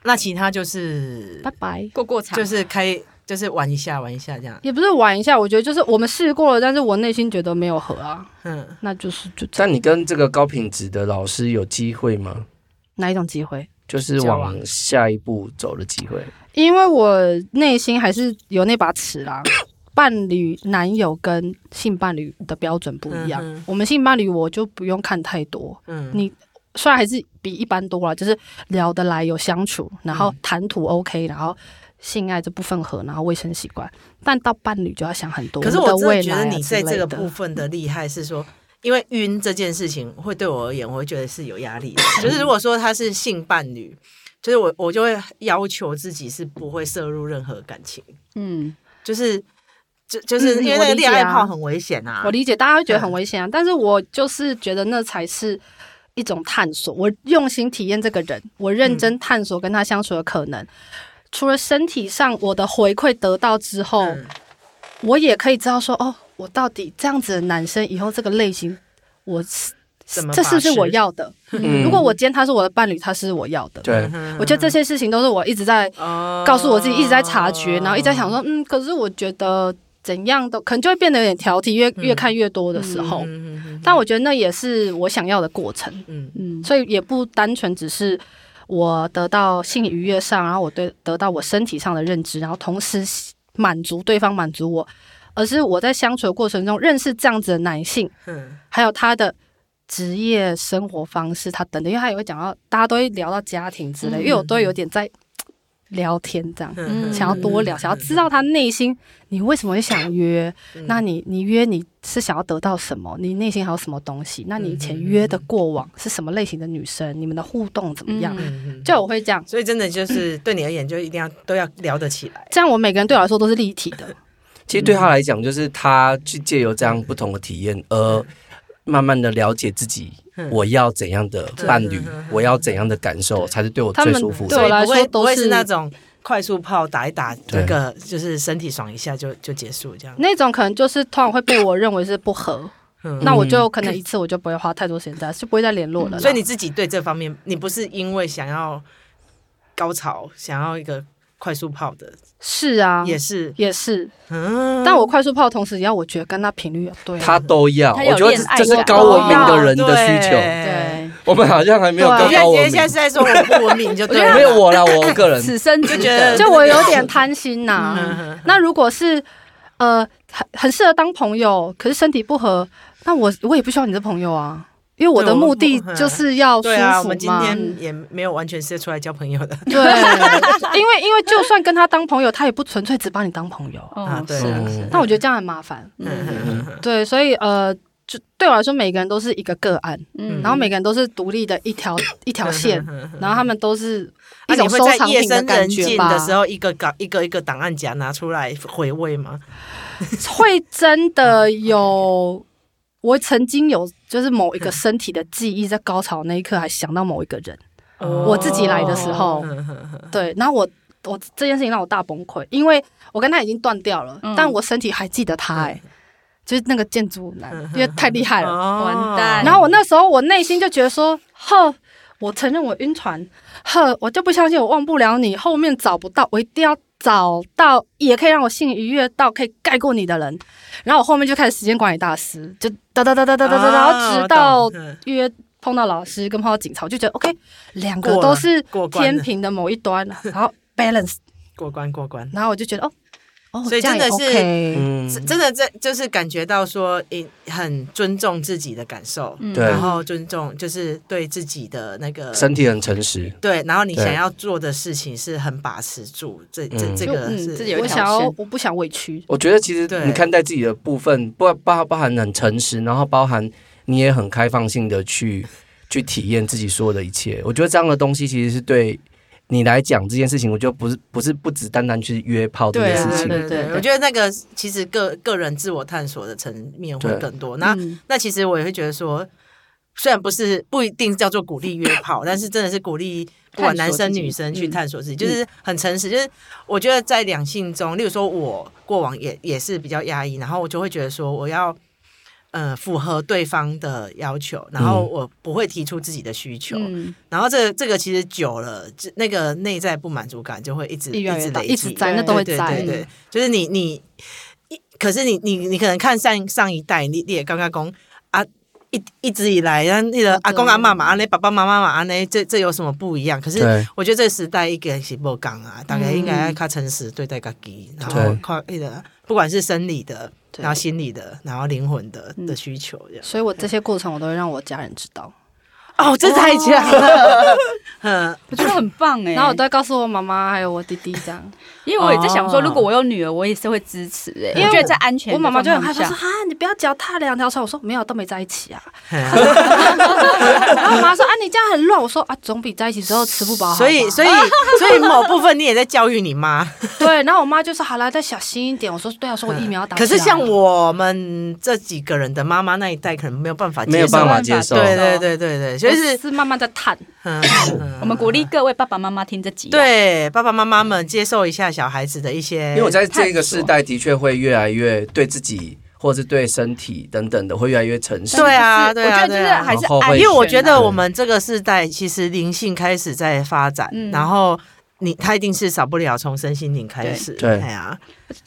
S2: 那其他就是
S4: 拜拜。
S3: 过过场，
S2: 就是开就是玩一下玩一下这样，
S4: 也不是玩一下，我觉得就是我们试过了，但是我内心觉得没有合啊，
S2: 嗯，
S4: 那就是就这样
S1: 但你跟这个高品质的老师有机会吗？
S4: 哪一种机会？
S1: 就是
S4: 交往
S1: 往下一步走的机会。
S4: 因为我内心还是有那把尺 啦。伴侣、男友跟性伴侣的标准不一样，
S2: 嗯哼
S4: 我们性伴侣我就不用看太多，
S2: 嗯，
S4: 你虽然还是比一般多啦，就是聊得来、有相处，然后
S2: 嗯
S4: 谈吐 OK，然后性爱这部分合，然后卫生习惯，但到伴侣就要想很多。
S2: 可是
S4: 我
S2: 我
S4: 们的
S2: 真
S4: 未
S2: 的觉
S4: 来
S2: 得
S4: 啊
S2: 你在
S4: 之
S2: 这个
S4: 类的嗯
S2: 部分的厉害是说，因为晕这件事情会对我而言，我会觉得是有压力的。就是如果说他是性伴侣，就是我我就会要求自己是不会摄入任何感情，
S3: 嗯，
S2: 就是就就是因
S4: 嗯
S2: 为
S4: 我
S2: 那个
S4: 理
S2: 恋
S4: 解
S2: 爱
S4: 啊
S2: 泡很危险啊
S4: 我。理解大家会觉得很危险啊， 但是我就是觉得那才是一种探索。我用心体验这个人，我认
S2: 嗯
S4: 真探索跟他相处的可能。除了身体上我的回馈得到之后，
S2: 嗯
S4: 我也可以知道说，哦，我到底这样子的男生以后这个类型，我是
S2: 怎么
S4: 这是不是
S2: 把持
S4: 我要的？
S1: 嗯
S4: 如果我今天他是我的伴侣，他是我要的。
S2: 嗯
S1: 对，
S4: 我觉得这些事情都是我一直在
S2: 哦
S4: 告诉我自己，一直在察觉，然后一直在想说，嗯，可是我觉得怎样都可能就会变得有点挑剔，越
S2: 嗯
S4: 越看越多的时候，但我觉得那也是我想要的过程，
S2: 嗯，
S3: 嗯，
S4: 所以也不单纯只是我得到性愉悦上，然后我对得到我身体上的认知，然后同时满足对方满足我，而是我在相处的过程中认识这样子的男性，
S2: 嗯
S4: 还有他的职业、生活方式，他等等，因为他也会讲到，大家都会聊到家庭之类，
S3: 嗯
S4: 因为我都有点在聊天这样，
S2: 嗯嗯
S4: 想要多聊，想要知道他内心，你为什么会想约？那你你约你是想要得到什么？你内心还有什么东西？那你以前约的过往是什么类型的女生？你们的互动怎么样？
S3: 嗯
S4: 就我会这样，
S2: 所以真的就是对你而言，就一定要都要聊得起来。
S4: 这样我每个人对我来说都是立体
S2: 嗯
S4: 的，
S1: 其实对他来讲，就是他去借由这样不同的体验，而慢慢的了解自己，我要怎样的伴侣
S2: 嗯嗯，
S1: 我要怎样的感受才是对我
S4: 他
S1: 最
S4: 们
S1: 舒服
S4: 对我
S1: 的。
S4: 来
S2: 所以
S4: 说
S2: 不会不
S4: 都
S2: 会
S4: 是
S2: 是那种快速炮打一打，
S1: 对
S2: 那个就是身体爽一下就就结束这样。
S4: 那种可能就是通常会被我认为是不合，
S2: 嗯
S4: 那我就可能一次我就不会花太多时间在，就不会再联络了啦。
S2: 所以你自己对这方面，你不是因为想要高潮，想要一个快速炮的，
S4: 是啊，
S2: 也是。
S4: 也是，
S2: 嗯，
S4: 但我快速泡，同时也要我觉得跟他频率要对啊、
S1: 他都要，
S3: 他有
S1: 我觉得
S3: 恋爱
S1: 这这是
S3: 感
S1: 高文明的人的需求。
S2: 哦对
S4: 对，
S1: 我们好像还没有
S4: 对
S1: 跟
S4: 啊
S2: 你
S1: 高
S2: 看，
S1: 文
S2: 你现
S1: 明
S2: 在，是在说我不文明就对了，
S1: 没有我啦，我个人
S3: 此生值
S2: 就 觉得
S3: 得
S4: 就我有点贪心呐、
S2: 嗯
S4: 那如果是呃很很适合当朋友，可是身体不合，那我我也不需要你的朋友啊，因为我
S2: 对
S4: 的
S2: 我
S4: 目的
S2: 我
S4: 就是要舒
S2: 对啊，我
S4: 服
S2: 们今
S4: 嘛。
S2: 天也没有完全是出来交朋友的，
S4: 对，因为因为就算跟他当朋友，他也不纯粹只把你当朋友。
S2: 啊
S3: 哦，
S2: 对
S3: 是
S1: 啊
S3: 啊是啊，
S4: 那我觉得这样很麻烦。
S3: 嗯
S4: 对，所以呃，就对我来说，每个人都是一个个案，
S3: 嗯
S4: 然后每个人都是独立的一条一条
S2: 嗯
S4: 线，然后他们都是
S2: 那
S4: 一
S2: 啊你
S4: 种
S2: 会
S4: 收
S2: 在
S4: 藏
S2: 夜
S4: 品
S2: 深
S4: 感
S2: 人
S4: 觉
S2: 静
S4: 吧
S2: 的。时候，一个档一个一个档案夹拿出来回味吗？
S4: 会真的有，我曾经有就是某一个身体的记忆，在高潮那一刻还想到某一个人，
S2: 哦
S4: 我自己来的时候，对，然后我我这件事情让我大崩溃，因为我跟他已经断掉了，
S3: 嗯
S4: 但我身体还记得他、哎，就是那个建筑男，因为太厉害了，
S2: 完
S3: 完蛋
S4: 然后我那时候我内心就觉得说，呵，我承认我晕船，呵，我就不相信我忘不了你，后面找不到，我一定要找到也可以让我性愉悦到可以盖过你的人。然后我后面就开始时间管理大师，就哒哒哒哒哒哒哒，然
S2: 啊
S4: 后直到约。碰到老师跟碰到警察，我就觉得 OK，两个
S2: 过了
S4: 都是
S2: 过关
S4: 天
S2: 了
S4: 平的某一端，然 后 balance，
S2: 过关过关。
S4: 然后我就觉得哦哦，
S2: 所以
S4: 这样
S2: 真的
S4: 也
S2: 是
S4: OK
S1: 嗯，
S2: 真真的这就是感觉到说，诶，很尊重自己的感受，
S3: 嗯
S1: 对
S2: 然后尊重就是对自己的那个
S1: 身体很诚实，
S2: 对，然后你
S1: 对
S2: 想要做的事情是很把持住，这这
S1: 嗯
S2: 这
S3: 就
S2: 个
S3: 嗯
S2: 是
S3: 自己有
S4: 我
S3: 一条
S4: 想要
S3: 线
S4: 我不想委屈，
S1: 我觉得其实
S2: 对
S1: 你看待自己的部分，包包包含很诚实，然后包含你也很开放性的 去去体验自己所有的一切。我觉得这样的东西其实是对你来讲这件事情，我觉得不是不是不只单单去约炮这件
S3: 对啊
S1: 事
S2: 对
S1: 情。
S2: 对
S3: 对
S2: 对，
S3: 对
S2: 我觉得那个其实个个人自我探索的层面会
S1: 对
S2: 更多。那
S3: 嗯
S2: 那其实我也会觉得说，虽然不是不一定叫做鼓励约 炮，但是真的是鼓励不管男生女生去探索
S4: 嗯
S2: 自己，就是很诚实。就是我觉得在两性中，例如说我过往也也是比较压抑，然后我就会觉得说我要。呃，符合对方的要求，然后
S1: 嗯
S2: 我不会提出自己的需求，
S3: 嗯
S2: 然后这这个其实久了，这那个内在不满足感就会一直
S4: 越来越
S2: 直
S4: 大，
S2: 累积，
S4: 一直在，那
S3: 对
S4: 都会
S2: 对
S4: 在，
S2: 对对对，就是你你，一可是你你你可能看上上一代，你你也刚刚讲啊，一一直以来，然后那个
S4: 啊对
S2: 阿公阿妈嘛，啊那爸爸妈妈嘛，啊那这这有什么不一样？可是
S1: 对
S2: 我觉得这个时代一个是不讲啊，大家应该要较诚实对待自己，然后
S1: 对
S2: 靠那个不管是生理的，
S4: 对
S2: 然后心理的，然后灵魂的
S3: 嗯
S2: 的需求这样。
S4: 所以我这些过程我都会让我家人知道，
S2: 哦，这太强了， 嗯，
S3: 我觉得很棒哎、
S4: 然后我再告诉我妈妈还有我弟弟这样，
S3: 因为我也在想说，
S2: 哦
S3: 如果我有女儿，我也是会支持哎、
S4: 因为
S3: 我觉得在安全
S4: 我
S3: 的
S4: 妈妈就很害
S3: 状
S4: 怕
S3: 况
S4: 说
S3: 下，
S4: 哈，你不要脚踏两条船。我说没有，都没在一起啊。
S2: 嗯
S4: 然后我妈说啊，你这样很乱。我说啊，总比在一起之后吃不饱好吧。
S2: 所以所以所以某部分你也在教育你妈，
S4: 对，然后我妈就说好了，再小心一点。我说对啊，说我疫苗打起
S2: 可
S4: 来。
S2: 是像我们这几个人的妈妈那一代，可能没有办法接受，
S1: 没有办法接受
S2: 对对对对对，所以
S4: 我
S2: 是
S4: 是慢慢在探，
S2: 嗯，嗯
S3: 我们鼓励各位爸爸妈妈听这集、，啊
S2: 对爸爸妈妈们接受一下小孩子的一些，
S1: 因为我在这个世代的确会越来越对自己或是对身体等等的会越来越诚实。
S2: 对啊对
S3: 我觉
S2: 啊
S3: 得就
S2: 对
S3: 是
S2: 啊，
S3: 还是
S1: 然后
S3: 安
S1: 会
S3: 全啊
S2: 因为我觉得我们这个世代其实灵性开始在发展，
S3: 嗯
S2: 然后你他一定是少不了从身心灵开始，
S1: 对对
S2: 哎呀，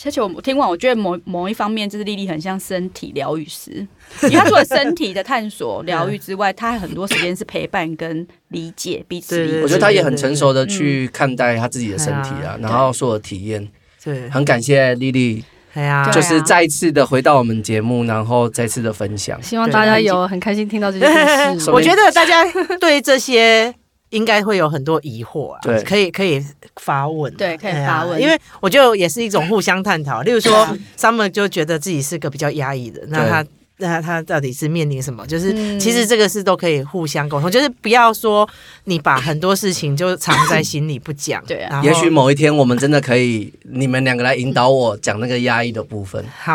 S3: 而且我听完，我觉得某某一方面，就是丽丽很像身体疗 愈师，因为她除了身体的探索、疗愈之外，她还很多时间是陪伴跟理解彼此理
S2: 对
S3: 解。
S1: 我觉得他也很成熟的去看待他自己的身体
S2: 对
S1: 啊
S2: 啊，
S1: 然后所有体验。
S2: 对，
S1: 很感谢丽丽，
S2: 哎呀
S3: 对啊，
S1: 就是再一次的回到我们节目，然后再次的分享。
S4: 希望
S2: 对
S4: 大家有很开心听到这些 故事。
S2: 我觉得大家对这些应该会有很多疑惑啊，
S1: 对
S2: 可以可以发问啊，
S3: 对可以
S2: 哎呀
S3: 发问
S2: 因为我觉得也是一种互相探讨。例如
S3: 对
S2: 说
S3: 啊
S2: ，Summer 就觉得自己是个比较压抑的，那
S1: 对
S2: 他。那他到底是面临什么？就是
S3: 嗯
S2: 其实这个是都可以互相沟通，就是不要说你把很多事情就藏在心里不讲。
S3: 对啊
S2: 然后
S1: 也许某一天我们真的可以，你们两个来引导我讲那个压抑的部分。
S2: 好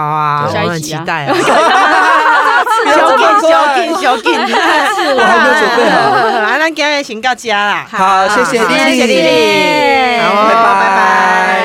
S1: 对
S2: 啊，我
S3: 下
S2: 很
S3: 一集
S2: 期
S3: 啊
S2: 待啊。小
S1: 这么
S2: 劲 小
S1: 快
S2: 劲小 劲，我
S1: 还没有准备 好
S2: 啊，那今天先到家啦。
S1: 好，谢谢
S2: 好
S1: 丽丽，
S2: 谢谢丽丽
S3: 谢谢
S2: 好哦，
S1: 拜拜
S2: 拜拜。